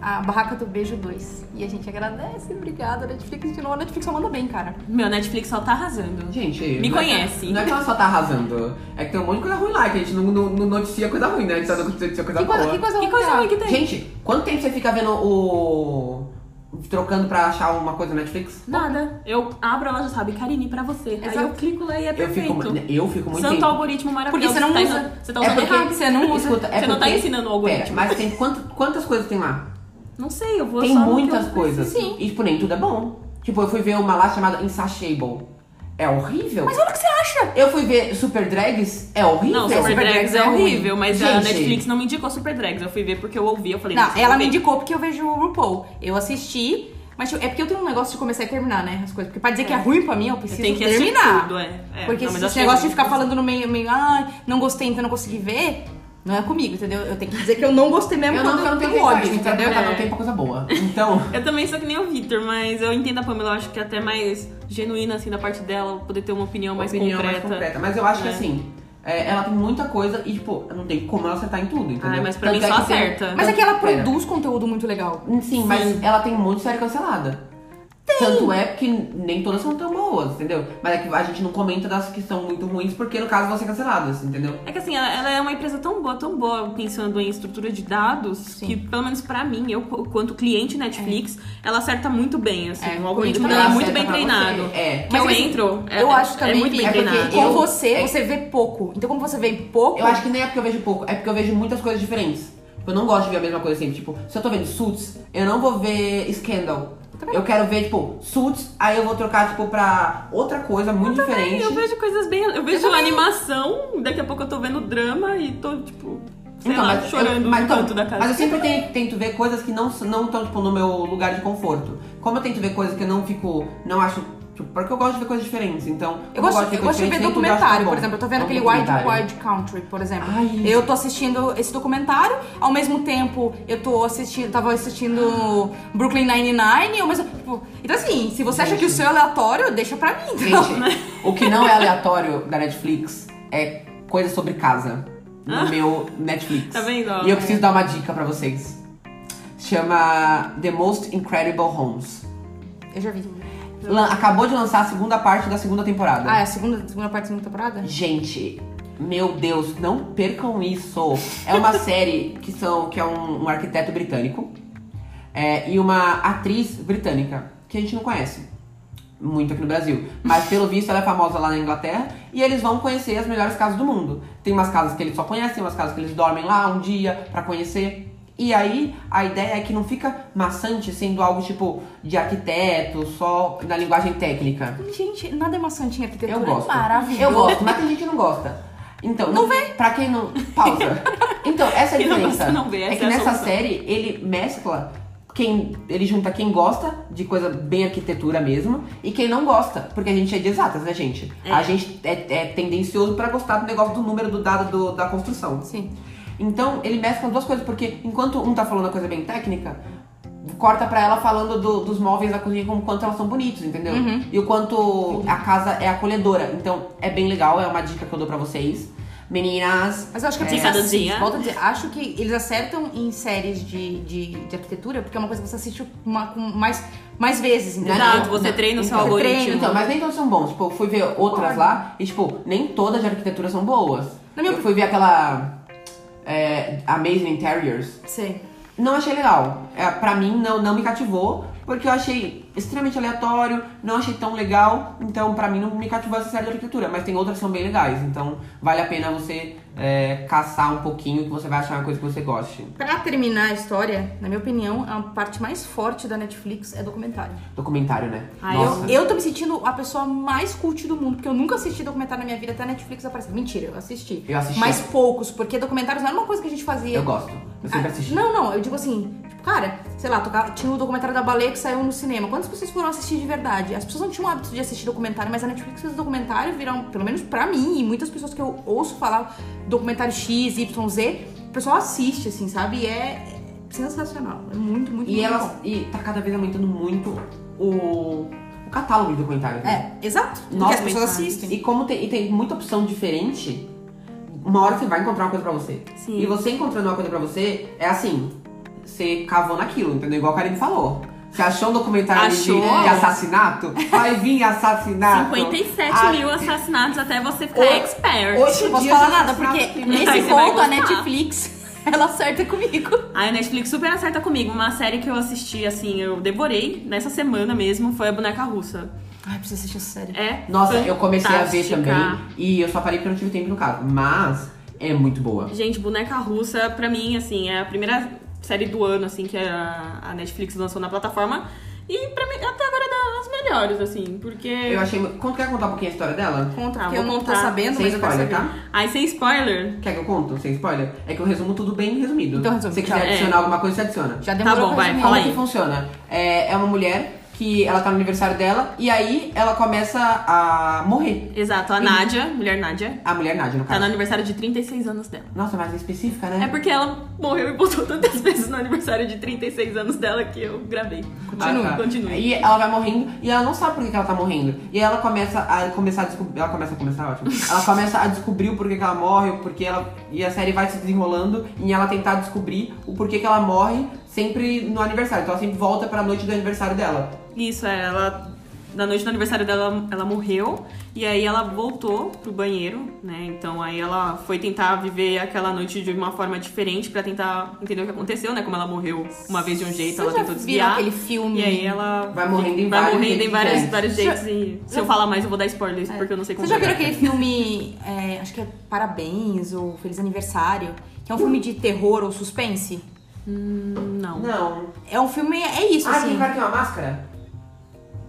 S3: a Barraca do Beijo 2. E a gente agradece, obrigada, Netflix. De novo, a Netflix só manda bem, cara.
S1: Meu, Netflix só tá arrasando.
S2: Gente,
S1: Me
S2: não é-
S1: conhece.
S2: não é que ela só tá arrasando. É que tem um monte de coisa ruim lá, que a gente não, não- não noticia coisa ruim, né? A gente só noticia coisa
S3: Que
S2: boa.
S3: coisa, que coisa,
S1: Que coisa ruim que tem?
S2: Gente, quanto tempo você fica vendo o. trocando pra achar uma coisa no Netflix?
S1: Nada. Eu abro, ela já sabe, Karine, pra você. Aí
S3: Exato.
S1: eu clico lá e é
S2: Eu
S1: perfeito.
S2: fico, eu fico muito
S1: Santo
S2: tempo.
S1: algoritmo maravilhoso.
S3: Porque você não
S1: tá
S3: usa.
S1: ensinando- Você tá
S2: É
S1: usando
S2: porque
S1: errado.
S3: você não usa.
S2: Escuta, é
S1: Você não tá
S2: porque-
S1: ensinando o algoritmo.
S2: Pera, mas tem quanto- quantas coisas tem lá?
S1: Não sei, eu vou
S2: tem
S1: só no que eu-
S2: muitas coisas.
S3: Sim.
S2: E tipo, nem tudo é bom. Tipo, eu fui ver uma lá chamada Insatiable. É horrível.
S3: Mas olha o que você acha!
S2: Eu fui ver Super Drags, é horrível.
S1: Não, Super Drags é
S3: ruim.
S1: horrível, mas a
S2: Gente. Tá,
S1: Netflix não me indicou Super Drags. Eu fui ver porque eu ouvi, eu falei...
S3: Não,
S1: "Nossa, eu
S3: ela
S1: vou
S3: me
S1: ver."
S3: indicou porque eu vejo o RuPaul. Eu assisti, mas tipo, é porque eu tenho um negócio de começar e terminar, né? As coisas. Porque pra dizer que é ruim pra mim, eu
S1: Eu
S3: preciso
S1: tenho que assistir
S3: terminar.
S1: tudo, é. É,
S3: porque
S1: não, mas eu
S3: esse
S1: achei
S3: negócio de
S1: ruim.
S3: ficar falando no meio, meio, ah, não gostei, então não consegui ver, não é comigo, entendeu? Eu tenho que dizer que eu não gostei
S1: um
S3: mesmo
S2: Eu não,
S3: quando
S2: eu não tenho
S3: tenho ódio,
S2: entendeu?
S3: entendeu?
S2: Eu não tenho pouca coisa boa.
S1: É.
S2: Então.
S1: Eu também sou que nem o Victor, mas eu entendo a Pamela. Eu acho que é até mais genuína, assim, da parte dela, poder ter uma opinião, mais,
S2: opinião
S1: concreta.
S2: mais concreta. Mas eu acho que
S1: É.
S2: assim, é, ela tem muita coisa e, tipo, não tem como ela acertar em tudo, entendeu?
S1: Ai, mas pra
S2: Tanto
S1: mim
S2: é
S1: só
S2: que tem-
S1: acerta.
S3: Mas é que ela
S2: Pera.
S3: produz conteúdo muito legal.
S2: Sim, mas ela tem um monte de série cancelada. Tanto é que nem todas são tão boas, entendeu? Mas é que a gente não comenta das que são muito ruins, porque no caso vão ser canceladas, entendeu?
S1: É que assim, ela, ela é uma empresa tão boa, tão boa, pensando em estrutura de dados, que pelo menos pra mim, eu, quanto cliente Netflix, ela acerta muito bem, assim.
S3: É,
S1: o algoritmo
S3: por isso que
S1: dela é
S3: ela
S1: muito
S2: acerta
S1: bem
S2: pra
S1: treinado.
S2: você. É.
S1: Que
S3: Mas,
S1: eu
S3: assim,
S1: entro, é,
S3: eu acho
S1: é
S3: também
S1: muito
S3: que
S1: bem
S3: é
S1: treinado.
S3: porque com
S2: Eu-
S3: você,
S2: é-
S3: você vê pouco. Então, como você vê pouco,
S2: Eu acho que nem é porque eu vejo pouco, é porque eu vejo muitas coisas diferentes. Tipo, Eu não gosto de ver a mesma coisa sempre. Tipo, se eu tô vendo Suits, eu não vou ver Scandal. Eu quero ver, tipo, Suits, aí eu vou trocar, tipo, pra outra coisa muito diferente.
S1: Eu vejo coisas bem. Eu vejo animação, daqui a pouco eu tô vendo drama e tô, tipo, sei lá,
S2: Então, mas eu-
S1: chorando
S2: mas
S1: no
S2: então,
S1: canto da casa.
S2: Mas eu sempre tento, tento ver coisas que não estão, não tão, tipo, no meu lugar de conforto. Como eu tento ver coisas que eu não fico, não acho... Tipo, porque eu gosto de ver coisas diferentes, então... de
S3: Eu gosto, eu gosto de ver
S2: coisas diferentes, nem tudo eu acho
S3: documentário,
S2: tão
S3: por
S2: bom.
S3: exemplo. Eu tô vendo
S2: Não,
S3: aquele Wild
S2: documentário.
S3: Wild Country, por exemplo.
S2: Ai.
S3: Eu tô assistindo esse documentário, ao mesmo tempo eu tô assistindo, tava assistindo Brooklyn Nine-Nine, ao mesmo tipo, Então assim, se você acha que o seu é aleatório, deixa pra mim, entendeu?
S2: Gente, o que não é aleatório da Netflix é coisa sobre casa. No
S3: Ah.
S2: meu Netflix.
S1: Tá vendo, ó?
S2: E eu preciso dar uma dica pra vocês. Chama The Most Incredible Homes.
S3: Eu já vi.
S2: Lan- acabou de lançar a segunda parte da segunda temporada.
S3: Ah, é a segunda, segunda parte da segunda temporada?
S2: Gente, meu Deus, não percam isso. É uma série que são que é um, um arquiteto britânico é, e uma atriz britânica que a gente não conhece muito aqui no Brasil, mas pelo visto ela é famosa lá na Inglaterra e eles vão conhecer as melhores casas do mundo. Tem umas casas que eles só conhecem, tem umas casas que eles dormem lá um dia pra conhecer. E aí, a ideia é que não fica maçante sendo algo tipo de arquiteto, só na linguagem técnica.
S3: Gente, nada é maçante em arquitetura.
S2: Eu gosto.
S3: É maravilhoso.
S2: Eu gosto, mas tem gente que não gosta. Então, não vem. Pra quem não. Pausa. Então, essa é a
S1: Quem não
S2: diferença.
S1: gosta, não vê,
S2: é
S1: essa
S2: que
S1: é a
S2: nessa
S1: solução.
S2: série ele mescla. Quem, ele junta quem gosta de coisa bem arquitetura mesmo e quem não gosta, porque a gente é de exatas, né, gente? A gente é, é tendencioso pra gostar do negócio do número do dado do- da construção.
S3: Sim.
S2: Então ele mescla duas coisas, porque enquanto um tá falando uma coisa bem técnica, corta pra ela falando do- dos móveis da cozinha como quanto elas são bonitos, entendeu?
S1: Uhum.
S2: E o quanto a casa é acolhedora. Então é bem legal, é uma dica que eu dou pra vocês. Meninas,
S3: Mas eu acho que é porque
S1: Dica do
S3: eles assistem-
S1: dia.
S3: Volto a dizer, acho que eles acertam em séries de, de, de arquitetura, porque é uma coisa que você assiste uma- com mais, mais vezes, entendeu?
S1: Exato, Ah, você treina o seu
S2: Então,
S1: algoritmo.
S3: treina,
S2: então, mas nem todas são bons. Tipo, eu fui ver outras lá e, tipo, nem todas de arquitetura são boas.
S3: Na minha
S2: Eu fui ver aquela é, Amazing Interiors.
S3: Sei.
S2: Não achei legal. É, pra mim, não, não me cativou. porque eu achei extremamente aleatório, não achei tão legal, então pra mim não me cativou essa série de arquitetura, mas tem outras que são bem legais, então vale a pena você é, caçar um pouquinho que você vai achar uma coisa que você goste.
S3: Pra terminar a história, na minha opinião, a parte mais forte da Netflix é documentário.
S2: Documentário, né?
S3: Ah, eu, eu tô me sentindo a pessoa mais cult do mundo, porque eu nunca assisti documentário na minha vida até a Netflix aparecer. Mentira, eu assisti.
S2: Eu assisti.
S3: Mas poucos, porque documentários não era uma coisa que a gente fazia.
S2: Eu gosto. Eu sempre assisti.
S3: Ah, Não, não, eu digo assim, tipo, cara, sei lá, tocava- tinha o documentário da baleia que saiu no cinema. Quantas pessoas foram assistir de verdade? As pessoas não tinham o hábito de assistir documentário, mas a Netflix fez o documentário, viram, pelo menos pra mim, e muitas pessoas que eu ouço falar documentário X, Y, Z, o pessoal assiste, assim, sabe? E é sensacional. É muito, muito,
S2: E
S3: muito
S2: elas.
S3: bom.
S2: E tá cada vez aumentando muito o, o catálogo de documentários. né?
S3: É, exato. Porque
S2: Nossa,
S3: as pessoas
S2: mas-
S3: assistem.
S2: E como tem, e tem muita opção diferente, uma hora você vai encontrar uma coisa pra você.
S1: Sim.
S2: E você encontrando uma coisa pra você, é assim, você cavou naquilo, entendeu? Igual a Karine falou. Você achou um documentário de-
S1: Achou.
S2: De, assassinato? Vai vir assassinato.
S1: 57
S2: Ah,
S1: mil assassinatos até você ficar
S2: Hoje-
S1: expert.
S2: hoje-
S3: Não posso
S2: Dia
S3: falar
S2: de
S3: nada,
S2: assassinato
S3: porque
S2: tem
S1: Aí
S3: nesse
S1: você vai
S3: ponto a
S1: gostar.
S3: Netflix, ela acerta comigo.
S1: Aí a Netflix super acerta comigo. Uma série que eu assisti, assim, eu devorei nessa semana mesmo, foi a Boneca Russa.
S3: Ai, preciso assistir essa série.
S1: É.
S2: Nossa, eu comecei a ver
S1: fantástica.
S2: também. E eu só parei porque eu não tive tempo no caso. Mas é muito boa.
S1: Gente, Boneca Russa, pra mim, assim, é a primeira série do ano, assim, que a a Netflix lançou na plataforma. E pra mim, até agora é da- das melhores, assim, porque.
S2: Eu achei. muito- Conta- Quer contar um pouquinho a história dela?
S3: Conta,
S1: Tá,
S3: porque
S1: vou
S3: eu não tô
S1: contar.
S3: sabendo,
S2: Sem
S3: mas eu quero
S2: spoiler,
S3: saber.
S2: tá?
S1: Aí, sem spoiler,
S2: Quer que eu conto? Sem spoiler? É que eu resumo tudo bem resumido.
S3: Então resume,
S2: Se você quiser
S1: tchau.
S2: adicionar alguma coisa, você adiciona.
S3: Já demorou
S1: Tá bom,
S3: pra
S1: vai,
S3: resumir.
S1: fala
S2: Como
S1: aí.
S2: que funciona? É, é uma mulher que ela tá no aniversário dela e aí ela começa a morrer.
S1: exato, a
S2: E-
S1: Nádia, mulher Nádia,
S2: A mulher Nádia, no
S1: tá
S2: caso.
S1: no aniversário de 36 anos dela.
S2: Nossa, mais específica, né?
S1: É porque ela morreu e botou tantas vezes no aniversário de 36 anos dela que eu gravei.
S2: Ah, tá.
S1: continue.
S2: E ela vai morrendo e ela não sabe por que que ela tá morrendo. E aí ela começa a começar a descobrir. Ela começa a começar, tá ótimo. Ela começa a descobrir o porquê que ela morre, o porquê ela. E a série vai se desenrolando em ela tentar descobrir o porquê que ela morre sempre no aniversário. Então ela sempre volta pra noite do aniversário dela.
S1: Isso, é, ela. Na noite do aniversário dela, ela morreu. E aí ela voltou pro banheiro, né? Então aí ela foi tentar viver aquela noite de uma forma diferente pra tentar entender o que aconteceu, né? Como ela morreu uma vez de um jeito,
S3: Vocês
S1: ela
S3: já
S1: tentou
S3: viram
S1: desviar.
S3: aquele filme?
S1: E aí ela.
S2: Vai morrendo em
S1: vai
S2: vários
S1: morrendo em
S2: jeitos
S1: vários,
S2: diferentes.
S1: vários jeitos. E se eu falar mais, eu vou dar spoilers, porque eu não sei como.
S3: Vocês já
S1: é.
S3: viram aquele filme, é, acho que é Parabéns ou Feliz Aniversário, que é um filme de terror ou suspense?
S1: Hum, Não.
S2: Não.
S3: É um filme, é isso,
S2: Ah, tem
S3: assim.
S2: um cara que tem uma máscara?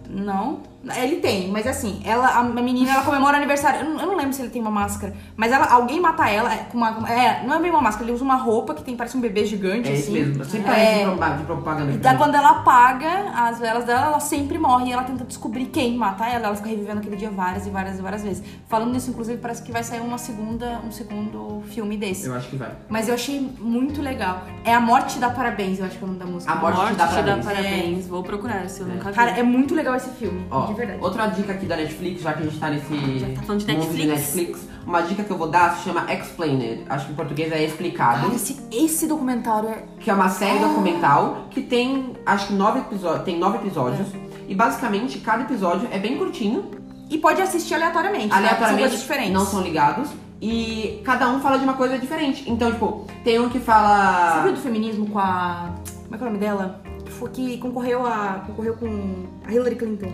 S3: Não. Ele tem, mas assim, ela, a menina ela comemora aniversário. Eu não, eu não lembro se ele tem uma máscara, mas ela, alguém mata ela é, com uma. É, não é bem uma máscara, ele usa uma roupa que tem, parece um bebê gigante,
S2: É
S3: assim.
S2: isso mesmo. Sempre
S3: É.
S2: parece de propa- de propaganda.
S3: E tá da- quando ela apaga as velas dela, ela sempre morre e ela tenta descobrir quem mata ela. Ela fica revivendo aquele dia várias e várias e várias vezes. Falando nisso, inclusive, parece que vai sair uma segunda, um segundo filme desse.
S2: Eu acho que vai.
S3: Mas eu achei muito legal. É A Morte da Parabéns, eu acho que é o nome da música.
S2: A Morte Te Dá
S1: te dá
S2: Parabéns.
S1: parabéns. Vou procurar, se eu nunca vi.
S3: Cara, é muito legal esse filme,
S2: Ó,
S3: de verdade.
S2: outra dica aqui da Netflix, já que a gente tá nesse
S1: Já tá falando de
S2: mundo de
S1: Netflix.
S2: Netflix, uma dica que eu vou dar se chama Explained. Acho que em português é explicado.
S3: Cara, esse, esse documentário é...
S2: que é uma série documental que tem, acho que nove episódios, tem nove episódios.
S3: É.
S2: E basicamente cada episódio é bem curtinho,
S3: E pode assistir aleatoriamente, tá? São
S2: aleatoriamente,
S3: coisas diferentes.
S2: não são ligados. E cada um fala de uma coisa diferente. Então, tipo, tem um que fala.
S1: Ah.
S3: Você viu do feminismo com a... Como é que é o nome dela? Que foi que concorreu a... Concorreu com a Hillary Clinton.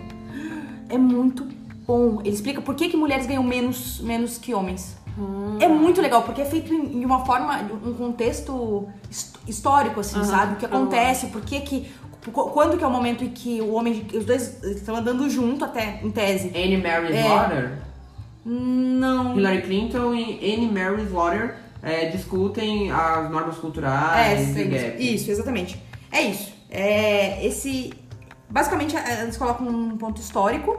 S3: É muito bom. Ele explica por que, que mulheres ganham menos, menos que homens.
S1: Ah.
S3: É muito legal, porque é feito em- de uma forma, de um contexto his- histórico, assim,
S1: Aham,
S3: sabe? O que
S1: tá bom.
S3: acontece, por que que... qu- Quando que é o momento em que o homem... Os dois estão andando junto até, em tese.
S2: Anne Mary's
S3: É.
S2: Water.
S3: Não...
S2: Hillary Clinton e Anne Mary's Water é, discutem as normas
S3: É,
S2: culturais e Ah, gap.
S3: isso, exatamente. É isso. É esse. Basicamente, é, eles colocam um ponto histórico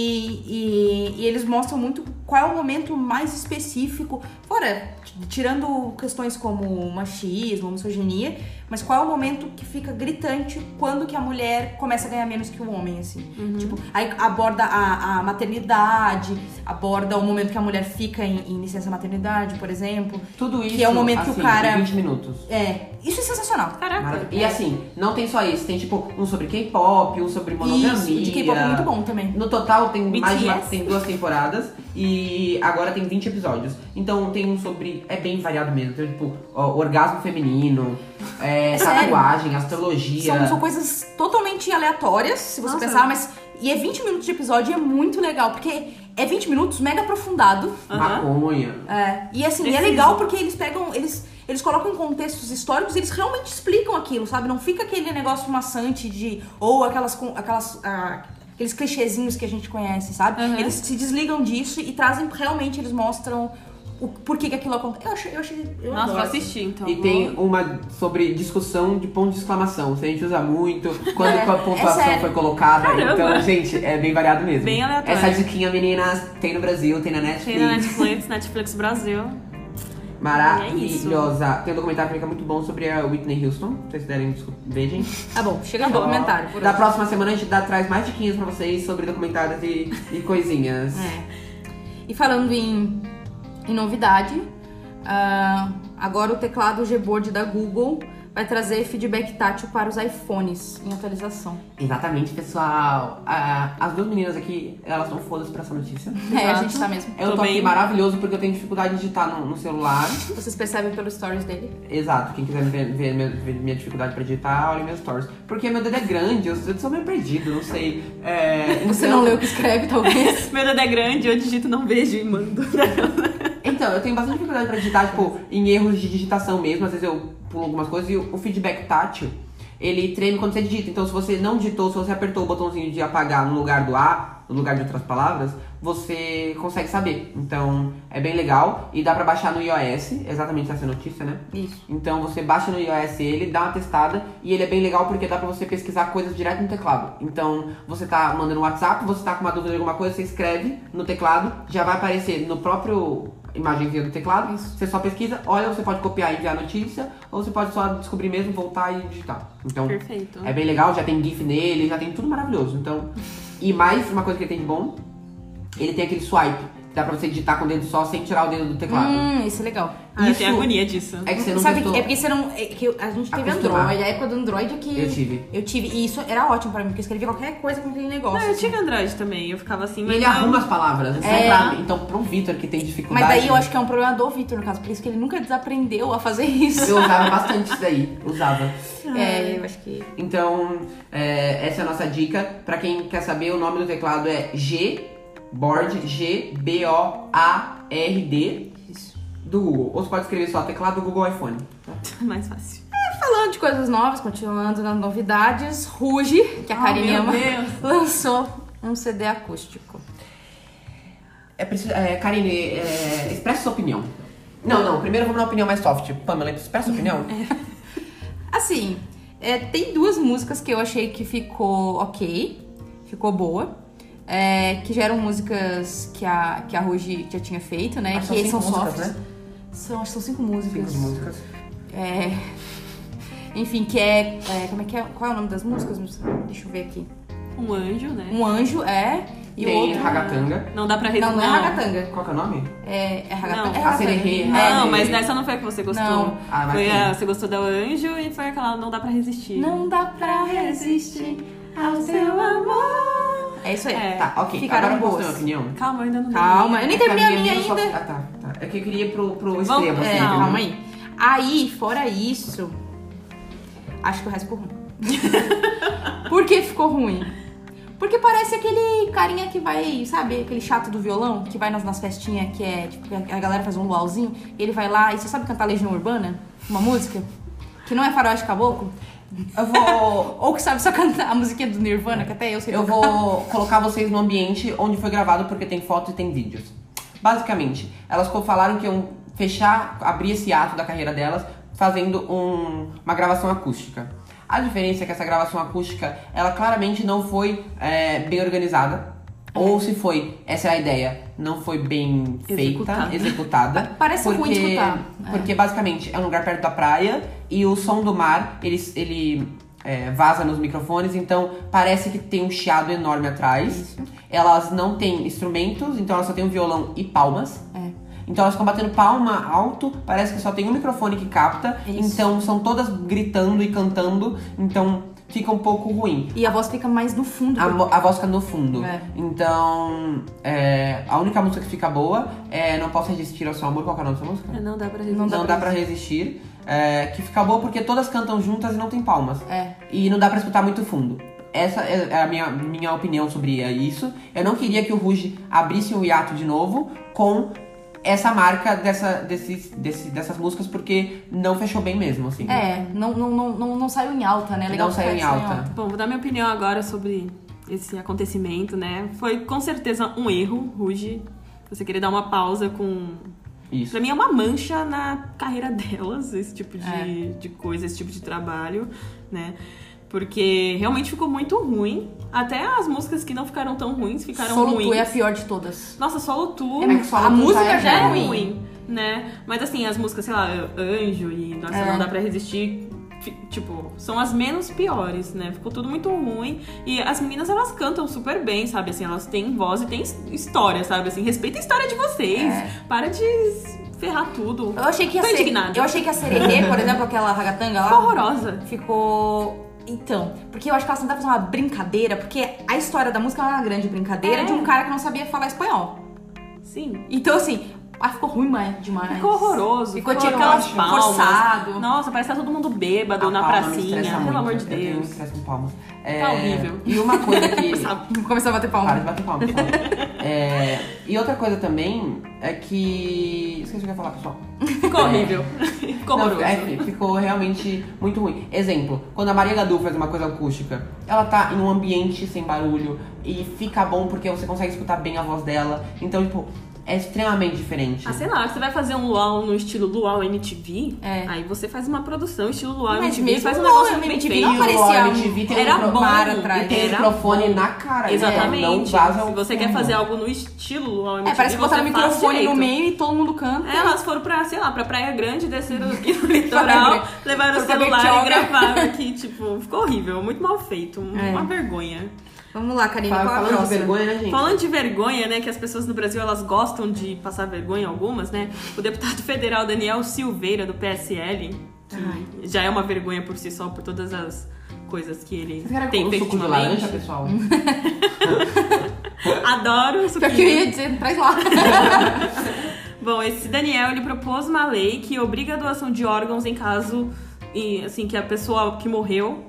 S3: e, e- e eles mostram muito qual é o momento mais específico, fora t- tirando questões como machismo, misoginia, mas qual é o momento que fica gritante quando que a mulher começa a ganhar menos que o homem, assim. Tipo, aí aborda a, a maternidade, aborda o momento que a mulher fica em, em licença maternidade, por exemplo.
S2: Tudo isso
S3: Que é o momento que o
S2: assim,
S3: cara-
S2: em 20 minutos.
S3: É, isso é sensacional.
S1: Caraca.
S2: Maravilha. E assim, não tem só isso, tem tipo um sobre K-pop, um sobre monogamia.
S3: Isso, de K-pop é muito bom também.
S2: No total tem mais de uma,
S1: BTS.
S2: tem duas temporadas E agora tem 20 episódios. Então tem um sobre. É bem variado mesmo. Tem tipo, ó, orgasmo feminino, é,
S3: sério? um
S2: tatuagem, astrologia.
S3: São, são coisas totalmente aleatórias, se você
S1: Nossa.
S3: pensar, mas. E é 20 minutos de episódio e é muito legal, porque é 20 minutos mega aprofundado.
S1: Aham.
S2: Maconha.
S3: É, e assim, e é
S1: Preciso.
S3: legal porque eles pegam, eles, eles colocam em contextos históricos e eles realmente explicam aquilo, sabe? Não fica aquele negócio maçante de. Ou aquelas. com- aquelas ah, aqueles clichêzinhos que a gente conhece, sabe?
S1: Uhum.
S3: Eles se desligam disso e trazem, realmente, eles mostram o porquê que aquilo acontece. Eu achei. Eu achei eu
S1: Nossa, vou
S3: adoro.
S1: assistir então.
S2: E tem uma sobre discussão de ponto de exclamação. Se a gente usa muito, quando
S3: É,
S2: que a
S3: é
S2: pontuação
S3: sério.
S2: foi colocada.
S1: Caramba.
S2: Então, gente, é bem variado mesmo.
S1: Bem aleatório.
S2: Essa diquinha, meninas, tem no Brasil, tem na
S1: Tem
S2: Netflix.
S1: na Netflix, Netflix Brasil.
S2: Maravilhosa. tem um documentário que é muito bom sobre a Whitney Houston. Se vocês derem ver, gente.
S3: Tá bom, chega no documentário. por
S1: Tá
S2: Da
S3: hoje.
S2: próxima semana a gente dá, traz mais diquinhas pra vocês sobre documentários e, e coisinhas.
S3: É. E falando em, em novidade, ah, agora o teclado Gboard da Google vai trazer feedback tátil para os iPhones em atualização.
S2: Exatamente, pessoal. Ah, as duas meninas aqui, elas estão fodas pra essa notícia.
S3: É, a
S1: Exato.
S3: gente tá mesmo.
S2: Eu tô,
S1: Tô
S2: aqui
S1: bem.
S2: maravilhoso porque eu tenho dificuldade de digitar no- no celular.
S3: Vocês percebem pelos stories dele?
S2: Exato, quem quiser ver, ver minha, ver minha dificuldade pra digitar, olha meus stories. Porque meu dedo é grande, eu, eu sou meio perdido, não sei. É,
S3: Você
S2: então-
S3: não leu o que escreve, talvez?
S1: Meu dedo é grande, eu digito, não vejo e mando.
S2: Então, eu tenho bastante dificuldade pra digitar, tipo, em erros de digitação mesmo. Às vezes eu pulo algumas coisas e o, o feedback tátil, ele treme quando você digita. Então, se você não digitou, se você apertou o botãozinho de apagar no lugar do A, no lugar de outras palavras, você consegue saber. Então, é bem legal. E dá pra baixar no iOS, exatamente essa notícia, né?
S3: Isso.
S2: Então você baixa no iOS ele, dá uma testada e ele é bem legal porque dá pra você pesquisar coisas direto no teclado. Então você tá mandando um WhatsApp, você tá com uma dúvida de alguma coisa, você escreve no teclado, já vai aparecer no próprio imagenzinha do teclado.
S3: Isso.
S2: Você só pesquisa, olha, você pode copiar e enviar a notícia, ou você pode só descobrir mesmo, voltar e digitar. Então
S1: Perfeito.
S2: é bem legal, já tem GIF nele, já tem tudo maravilhoso. Então, e mais uma coisa que ele tem de bom, ele tem aquele swipe, que dá pra você digitar com o dedo só sem tirar o dedo do teclado.
S3: Hum, isso é legal.
S1: Ah, eu
S2: Isso-
S1: tenho agonia disso.
S2: É que você não
S3: Sabe,
S2: testou.
S3: é porque você não. é que a gente teve
S2: Acostumar.
S3: Android, a época do Android é que.
S2: Eu tive.
S3: Eu tive. E isso era ótimo pra mim, porque eu escrevia qualquer coisa com aquele negócio.
S1: Não, eu
S3: assim.
S1: tinha Android também, eu ficava assim,
S2: E
S1: mas
S2: ele
S1: eu-
S2: arruma as palavras, isso é
S3: É.
S2: pra- Então, pro Vitor que tem dificuldade.
S3: Mas daí eu acho que é um problema do Vitor, no caso, por isso que ele nunca desaprendeu a fazer isso.
S2: Eu usava bastante isso daí, usava.
S3: É, eu acho que.
S2: Então, é, essa é a nossa dica. Pra quem quer saber, o nome do teclado é G Board, G B O A R D do Google. Ou você pode escrever só teclado Google iPhone.
S1: mais fácil.
S3: Falando de coisas novas, continuando nas novidades, Ruge, que a
S2: Ah,
S1: Oh,
S3: Karine
S1: meu
S3: ama,
S1: Deus.
S3: lançou um CD acústico.
S2: É preciso, é, Karine, é, expressa sua opinião. Não, não, primeiro vamos na opinião mais soft. Pamela, expressa sua opinião.
S3: Assim, é, tem duas músicas que eu achei que ficou ok, ficou boa. é, que já eram músicas que a, que a Ruge já tinha feito, né?
S2: Ah,
S3: que
S2: são cinco músicas,
S3: softs.
S2: né?
S3: São, acho que são cinco músicas.
S2: Cinco músicas.
S3: É, Enfim, que é, é, Como é que é? Qual é o nome das músicas? Deixa eu ver aqui.
S1: Um anjo, né?
S3: Um anjo é. E o
S2: tem
S3: outro.
S2: Ragatanga.
S1: Não dá pra resumir.
S3: Não, não é ragatanga.
S2: Qual que é o nome?
S3: É, é
S1: Não.
S3: ragatanga. É
S2: A
S3: ragatanga.
S2: sererê,
S3: É,
S2: ragatanga.
S1: Não, mas nessa não foi a que você gostou.
S3: Não.
S2: Ah, mas
S1: foi
S2: tem.
S1: a, você gostou da anjo e foi aquela não dá pra resistir.
S3: Não dá pra resistir ao seu amor. É isso aí.
S1: É.
S2: Tá, ok.
S3: Ficaram
S2: Agora eu posso
S3: boas.
S2: ter uma opinião?
S1: Calma, eu ainda não
S3: Calma, eu nem terminei a
S2: Pra mim,
S3: minha
S2: eu só-
S3: ainda.
S2: Ah, tá, tá. É que eu queria ir pro, pro
S1: Vamos-
S2: extremo, assim,
S3: É,
S2: entendeu?
S3: calma aí. Aí, fora isso, acho que o resto ficou ruim. Por que ficou ruim? Porque parece aquele carinha que vai, sabe, aquele chato do violão, que vai nas, nas festinhas que é, tipo, que a a galera faz um luauzinho, e ele vai lá e você sabe cantar Legião Urbana? Uma música? Que não é faroeste caboclo?
S2: Eu vou.
S3: Ou que sabe só cantar a musiquinha do Nirvana, que até eu sei
S2: Eu
S3: tocar.
S2: vou colocar vocês no ambiente onde foi gravado, porque tem foto e tem vídeos. Basicamente, elas co- falaram que iam fechar, abrir esse ato da carreira delas fazendo um- uma gravação acústica. A diferença é que essa gravação acústica, ela claramente não foi é, bem organizada. Ou se foi, essa é a ideia, não foi bem feita,
S1: Executada.
S2: executada.
S3: Parece ruim
S2: porque,
S3: de escutar.
S2: Porque basicamente é um lugar perto da praia e o som do mar, ele, ele é, vaza nos microfones, então parece que tem um chiado enorme atrás. Elas não têm instrumentos, então elas só têm um violão e palmas.
S3: É.
S2: Então elas ficam batendo palma alto, parece que só tem um microfone que capta.
S3: Isso.
S2: Então são todas gritando e cantando. Então fica um pouco ruim.
S3: E a voz fica mais no fundo.
S2: A, mo- a voz fica no fundo.
S3: É.
S2: Então, é, a única música que fica boa é Não Posso Resistir ao Seu Amor. Qual que é o nome dessa música?
S1: Não dá pra
S3: Não
S1: resistir.
S2: Não Dá Pra Resistir. é, que fica boa porque todas cantam juntas e não tem palmas.
S3: É.
S2: E não dá pra escutar muito fundo. Essa é é a minha, minha opinião sobre isso. Eu não queria que o Ruge abrisse o hiato de novo com essa marca dessa, desses, desse- dessas músicas, porque não fechou bem mesmo, assim.
S3: É, não, não, não, não, não saiu em alta, né? Legal
S2: Não
S3: que
S2: saiu em
S3: saia
S2: alta.
S1: Bom, vou dar minha opinião agora sobre esse acontecimento, né? Foi com certeza um erro, Ruge. Você querer dar uma pausa com.
S2: Isso.
S1: Pra mim é uma mancha na carreira delas, esse tipo de,
S3: É.
S1: de coisa, esse tipo de trabalho, né? Porque realmente ficou muito ruim. Até as músicas que não ficaram tão ruins ficaram
S3: Solo Tu
S1: ruins.
S3: é a pior de todas.
S1: Nossa, solo tu.
S2: É que solo
S3: a
S2: tu
S3: música
S2: sai
S3: já é
S2: bem.
S3: ruim.
S1: né? Mas assim, as músicas, sei lá, Anjo e Nossa,
S3: É.
S1: Não Dá Pra Resistir, fi- tipo, são as menos piores, né? Ficou tudo muito ruim. E as meninas, elas cantam super bem, sabe? Assim, elas têm voz e têm his- história, sabe? Assim, respeita a história de vocês.
S2: É.
S1: Para de s- ferrar tudo.
S3: Eu achei que a
S1: Tô
S3: Sere-
S1: indignada.
S3: Eu achei que a Sererê, por exemplo, aquela ragatanga lá.
S1: Ficou horrorosa.
S3: Ficou. Então, porque eu acho que ela tentava fazer uma brincadeira, porque a história da música é uma grande brincadeira
S1: É.
S3: de um cara que não sabia falar espanhol.
S1: Sim.
S3: Então, assim, ah, ficou ruim mais, demais.
S1: Ficou horroroso.
S3: Ficou tinha aquelas
S1: horroroso.
S3: palmas. forçado.
S1: Nossa, parece que tá todo mundo bêbado
S2: A
S1: na
S2: palma me
S1: pracinha.
S2: estressa
S1: Pelo
S2: muito.
S1: amor de
S2: Eu tenho um
S1: Deus.
S2: estresse com palmas. É,
S1: Tá horrível.
S2: E uma coisa que...
S3: Começou a bater palma.
S2: Para de bater palma, pessoal. É, e outra coisa também é que... Esqueci o que eu ia falar, pessoal.
S1: Ficou horrível. Ficou
S2: Não,
S1: horroroso.
S2: é, ficou realmente muito ruim. Exemplo, quando a Maria Gadu faz uma coisa acústica, ela tá em um ambiente sem barulho e fica bom porque você consegue escutar bem a voz dela. Então, tipo, é extremamente diferente.
S1: Ah, sei lá, você vai fazer um luau no estilo luau MTV,
S3: É.
S1: aí você faz uma produção estilo luau
S3: Mas
S1: MTV,
S3: mesmo
S1: faz um
S3: luau
S1: negócio bem
S3: MTV
S1: feio.
S3: não parecia
S2: o MTV tem
S1: Era
S2: um micro-
S1: bom.
S3: mar
S2: E
S3: atrás.
S2: tem
S1: Era
S2: microfone
S1: bom.
S2: na cara. né? Não um
S1: Exatamente.
S2: vaza
S1: Se
S2: o
S1: você quer
S2: fumo.
S1: fazer algo no estilo luau MTV,
S3: É, parece que
S1: você
S3: botaram o
S1: faz
S3: microfone
S1: direito. É,
S3: no meio e todo mundo canta.
S1: Elas foram pra, sei lá, pra Praia Grande, desceram aqui no litoral, levaram o
S3: Foram
S1: celular
S3: pra
S1: e
S3: Bertioga.
S1: gravaram aqui, tipo, ficou horrível, muito mal feito, um-
S3: É.
S1: uma vergonha.
S3: Vamos lá, Karine,
S2: Fala-
S3: qual a
S2: Falando de
S3: próxima?
S2: vergonha, né, gente?
S1: Falando de vergonha, né, que as pessoas no Brasil elas gostam de passar vergonha algumas, né? O deputado federal Daniel Silveira do PSL, que já é uma vergonha por si só por todas as coisas que ele
S2: Vocês querem
S1: tem
S2: o
S1: feito
S2: um suco de
S1: ultimamente.
S2: laranja, pessoal?
S1: Adoro o
S3: Pior que eu
S1: suquinho.
S3: ia dizer, traz lá.
S1: Bom, esse Daniel ele propôs uma lei que obriga a doação de órgãos em caso em, assim que a pessoa que morreu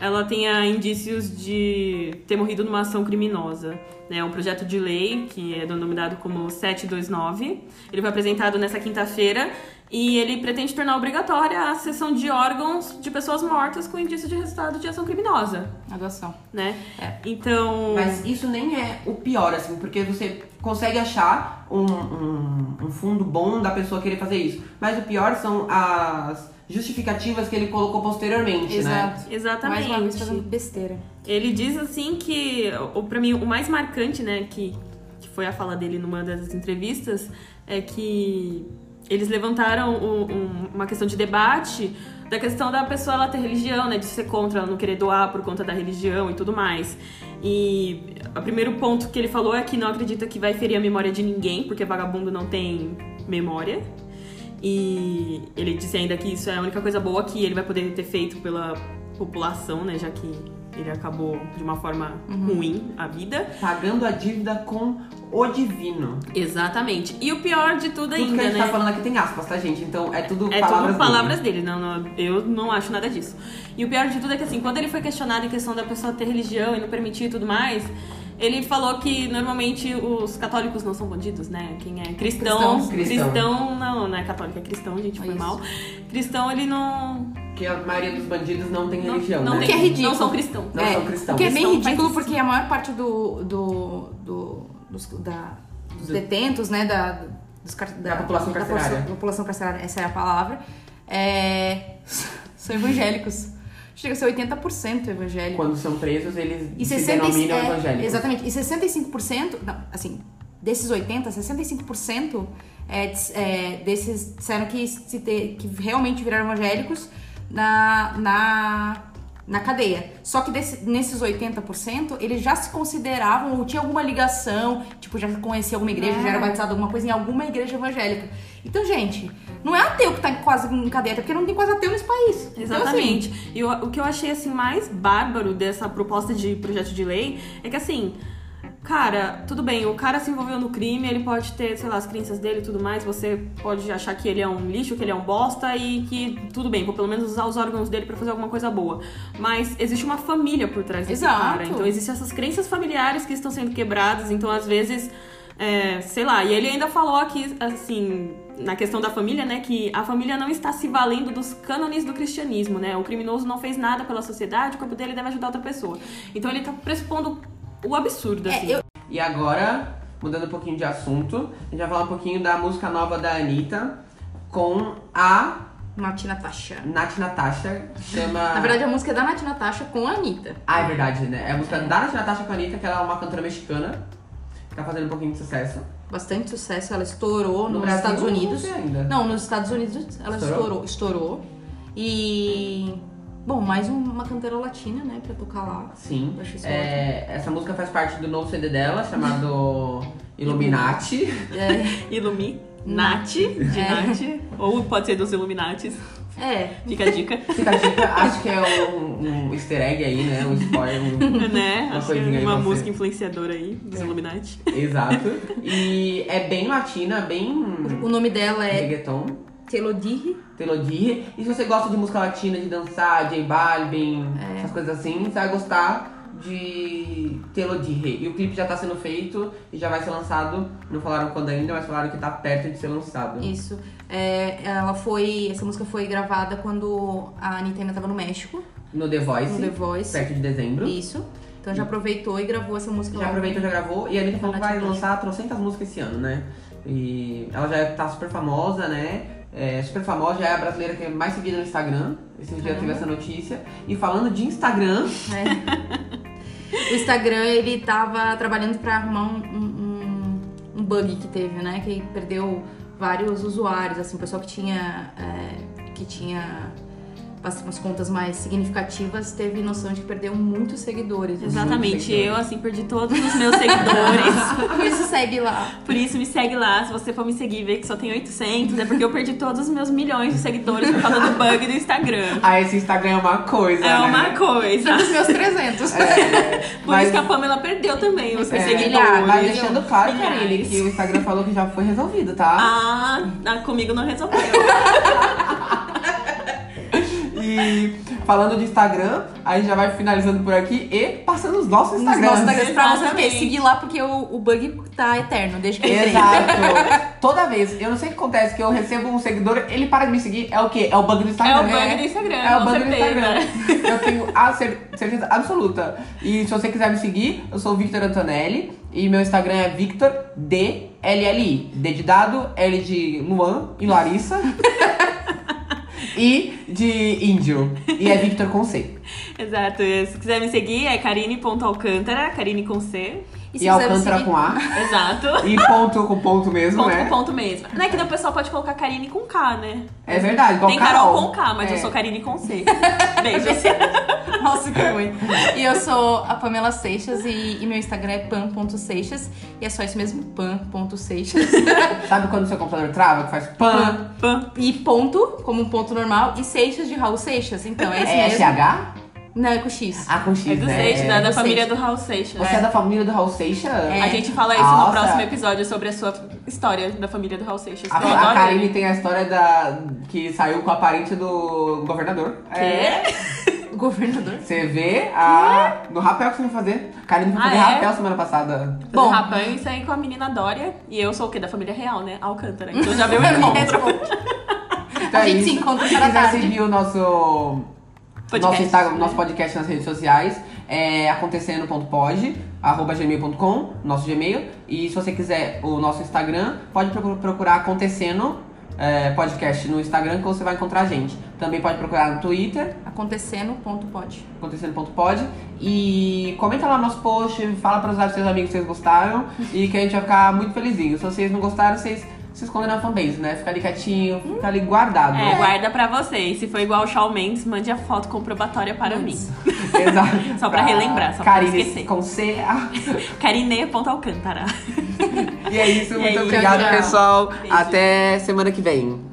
S1: ela tenha indícios de ter morrido numa ação criminosa. É um projeto de lei que é denominado como 729. Ele foi apresentado nessa quinta-feira e ele pretende tornar obrigatória a cessão de órgãos de pessoas mortas com indício de resultado de ação criminosa,
S3: Adoção.
S1: né?
S3: É.
S1: Então...
S2: Mas isso nem é o pior, assim, porque você consegue achar um, um- um fundo bom da pessoa querer fazer isso. Mas o pior são as justificativas que ele colocou posteriormente, né?
S3: Exato.
S1: Exatamente.
S3: Mais uma vez fazendo besteira.
S1: Ele diz assim que, o para mim, o mais marcante, né, que, que foi a fala dele numa das entrevistas, é que eles levantaram um- um- uma questão de debate da questão da pessoa ela ter religião, né, de ser contra, ela não querer doar por conta da religião e tudo mais. E o primeiro ponto que ele falou é que não acredita que vai ferir a memória de ninguém, porque vagabundo não tem memória. E ele disse ainda que isso é a única coisa boa que ele vai poder ter feito pela população, né? Já que ele acabou de uma forma ruim a vida.
S2: Pagando a dívida com o divino.
S1: Exatamente. E o pior de tudo
S2: Tudo que a
S1: ainda,
S2: gente tá
S1: né?
S2: falando aqui tem aspas, tá, gente? Então é tudo
S1: É
S2: palavras
S1: tudo palavras dele, não, não, eu não acho nada disso. E o pior de tudo é que assim, quando ele foi questionado em questão da pessoa ter religião e não permitir e tudo mais, ele falou que normalmente os católicos não são bandidos, né? Quem é cristão,
S2: Cristão, cristão.
S1: não, não é católico, é cristão, gente, foi
S3: Isso.
S1: mal. Cristão ele não
S2: dele. Que a maioria dos bandidos não tem religião,
S1: não
S2: né?
S1: tem-
S3: Que é ridículo.
S1: Não são cristãos.
S2: Não são cristãos.
S3: O que é bem
S1: Cristão
S3: ridículo,
S1: faz
S3: porque a maior parte do, do, do- dos, da- dos detentos, né, da, dos car-
S2: Da população carcerária.
S3: população- população carcerária, essa é a palavra, é, são evangélicos. Chega a ser 80% evangélico.
S2: Quando são presos, eles
S3: E
S2: se
S3: 60 e-
S2: denominam
S3: é,
S2: evangélicos.
S3: Exatamente. E 65%, não, assim, desses 80, 65% é, dis- é, desses disseram que, se te- que realmente viraram evangélicos na, na, na cadeia. Só que desse- nesses 80%, eles já se consideravam ou tinha alguma ligação, tipo, já conhecia alguma igreja, já era batizado alguma coisa em alguma igreja evangélica. Então, gente, não é ateu que tá quase em cadeia, até porque não tem quase ateu nesse país. Então, assim,
S1: Exatamente. E o, o que eu achei assim mais bárbaro dessa proposta de projeto de lei é que assim, cara, tudo bem, o cara se envolveu no crime, ele pode ter, sei lá, as crenças dele e tudo mais, você pode achar que ele é um lixo, que ele é um bosta e que tudo bem, vou pelo menos usar os órgãos dele pra fazer alguma coisa boa. Mas existe uma família por trás desse
S3: Exato.
S1: cara, então existem essas crenças familiares que estão sendo quebradas, então às vezes é, sei lá, e ele ainda falou aqui, assim, na questão da família, né, que a família não está se valendo dos cânones do cristianismo, né? O criminoso não fez nada pela sociedade, o corpo dele deve ajudar outra pessoa. Então ele tá pressupondo o absurdo,
S3: Então, assim,
S1: assim.
S3: é, eu,
S2: E agora, mudando um pouquinho de assunto, a gente vai falar um pouquinho da música nova da Anitta com a
S3: Nath Natasha.
S2: Nath Natasha, que chama.
S3: Na verdade, a música é da Nath Natasha com a Anitta.
S2: Ah, é verdade, né? É a música da Nath Natasha com a Anitta, que ela é uma cantora mexicana, que tá fazendo um pouquinho de sucesso.
S3: Bastante sucesso, ela estourou nos
S2: Brasil,
S3: Estados
S2: não
S3: Unidos.
S2: sei ainda.
S3: Não, nos Estados Unidos ela
S2: Estourou?
S3: estourou. estourou, E. Bom, mais um, uma cantora latina, né, pra tocar lá.
S2: Sim.
S3: Eu achei isso
S2: É, essa música faz parte do novo CD dela, chamado Illuminati.
S3: É,
S1: Ilumi, Nath, de Nath, ou pode ser dos Illuminatis,
S3: É.
S1: fica a dica,
S2: Fica a dica, acho que é um, um easter egg aí, né? Um spoiler. um-
S1: né?
S2: Uma
S1: Acho que
S2: coisinha
S1: é
S2: aí
S1: uma
S2: pra você. É.
S1: música influenciadora aí, dos Illuminati.
S2: Exato. E é bem latina, bem
S3: O nome dela é
S2: reggaeton.
S3: Telodiri.
S2: Telodie. E se você gosta de música latina, de dançar, J Balvin, essas coisas assim, você vai gostar de Telodie. E o clipe já tá sendo feito e já vai ser lançado. Não falaram quando ainda, mas falaram que tá perto de ser lançado.
S3: Isso. É, ela foi. Essa música foi gravada quando a Anitta ainda tava no México,
S2: No The Voice,
S3: no The Voice.
S2: perto de dezembro.
S3: Isso. Então já aproveitou e gravou essa música
S2: Já
S3: lá.
S2: aproveitou, já gravou. E a Anitta falou que vai
S3: Nath Natasha.
S2: lançar trocentas músicas esse ano, né? E ela já tá super famosa, né? É, super famosa, já é a brasileira que é mais seguida no Instagram. Esse dia teve essa notícia. E falando de Instagram,
S3: É. O Instagram, ele tava trabalhando pra arrumar um, um, um- um bug que teve, né? Que perdeu vários usuários, assim, o pessoal que tinha. é, que tinha umas umas contas mais significativas teve noção de que perdeu muitos seguidores. assim.
S1: Exatamente, eu assim perdi todos os meus seguidores.
S3: Por isso segue lá.
S1: Por isso, me segue lá. Se você for me seguir e ver que só tem 800, é porque eu perdi todos os meus milhões de seguidores por causa do bug do Instagram.
S2: ah, esse Instagram é uma coisa.
S1: É
S2: né?
S1: uma coisa.
S3: Dos meus 300.
S1: Por
S2: É. Mas-
S1: isso que a Pamela perdeu também os seus
S2: É,
S1: seguidores.
S2: Mas deixando claro,
S1: Milhares.
S2: Karine, que o Instagram falou que já foi resolvido, tá?
S1: Ah, ah, comigo não resolveu.
S2: E falando de Instagram, a gente já vai finalizando por aqui e passando os nossos
S3: Os
S2: Instagrams.
S3: nossos Instagrams pra você ver.
S1: Exatamente.
S3: Seguir lá porque o, o bug tá eterno, desde que eu entrei.
S2: Exato. Toda vez, eu não sei o que acontece, que eu recebo um seguidor, ele para de me seguir, é o quê? É o bug do
S1: É o
S2: Instagram.
S1: bug do Instagram,
S2: É o
S1: com
S2: bug do
S1: certeza.
S2: Instagram. Eu tenho a cer- certeza absoluta. E se você quiser me seguir, eu sou o Victor Antonelli e meu Instagram é Victor D L L I. D de dado, L de Luan e Larissa. e de índio. E é Victor com C.
S1: Exato. e Se quiser me seguir, é karine.alcântara, karine com C.
S2: E,
S3: quiser me
S2: Alcântara
S3: seguir-
S2: com A.
S1: Exato.
S2: E ponto com ponto mesmo,
S1: Ponto
S2: né?
S1: com ponto mesmo. Não é que daí o pessoal pode colocar Karine com K, né?
S2: É verdade, igual
S1: Tem Carol,
S2: Carol
S1: com K, mas
S2: É.
S1: eu sou Karine com C. Beijos.
S3: Nossa, que ruim. E eu sou a Pamela Seixas e, e meu Instagram é pan.seixas. E é só isso mesmo, pan.seixas.
S2: Sabe quando seu computador trava, que faz pan?
S1: Pam.
S3: E ponto, como um ponto normal, e Seixas de Raul Seixas. Então, é isso
S2: É
S3: mesmo.
S2: SH?
S3: Não, é com X.
S2: Ah, com X,
S1: É do
S2: né?
S1: Seixas, da, da
S3: do
S1: família
S3: Seixas.
S1: do Raul Seixas.
S2: Você é da família do Raul Seixas?
S1: A gente fala isso
S2: Nossa.
S1: no próximo episódio sobre a sua história da família do Raul Seixas.
S2: A,
S1: Eu
S2: a
S1: adoro ele.
S2: Karine tem a história da que saiu com a parente do governador. É.
S3: Governador.
S2: Você vê a, no rapel que você vai fazer. A Karine foi
S1: Ah,
S2: fazer
S1: é?
S2: rapel semana passada.
S3: Bom.
S1: Bom, Rapan e saí com a menina Dória. E eu sou o quê? Da família real, né? Alcântara. Então já
S2: É
S1: veio o
S3: Mesmo.
S1: encontro.
S2: Então
S3: A
S2: é
S3: gente se
S2: isso.
S3: encontra
S2: Se
S3: para
S2: quiser
S3: tarde.
S2: seguir o nosso
S1: Podcast.
S2: nosso Instagram, nosso podcast nas redes sociais, é acontecendo.pod, arroba gmail.com, nosso Gmail. E se você quiser o nosso Instagram, pode procu- procurar acontecendo é, podcast no Instagram que você vai encontrar a gente. Também pode procurar no Twitter,
S3: Acontecendo, ponto pode.
S2: acontecendo.pod. E comenta lá no nosso post, fala para os seus amigos que vocês gostaram e que a gente vai ficar muito felizinho. Se vocês não gostaram, vocês se esconder na fanbase, né? Fica ali quietinho, fica ali guardado.
S1: É, guarda pra vocês. Se for igual o Shawn Mendes, mande a foto comprobatória para mim.
S2: Exato. Ah,
S1: Só pra relembrar, só pra
S2: Karine
S1: não esquecer.
S2: com C. Ah,
S1: Karine.alcântara.
S2: E é isso,
S1: E é
S2: muito
S1: isso,
S2: obrigado,
S3: tchau.
S2: pessoal.
S1: Beijo.
S2: Até semana que vem.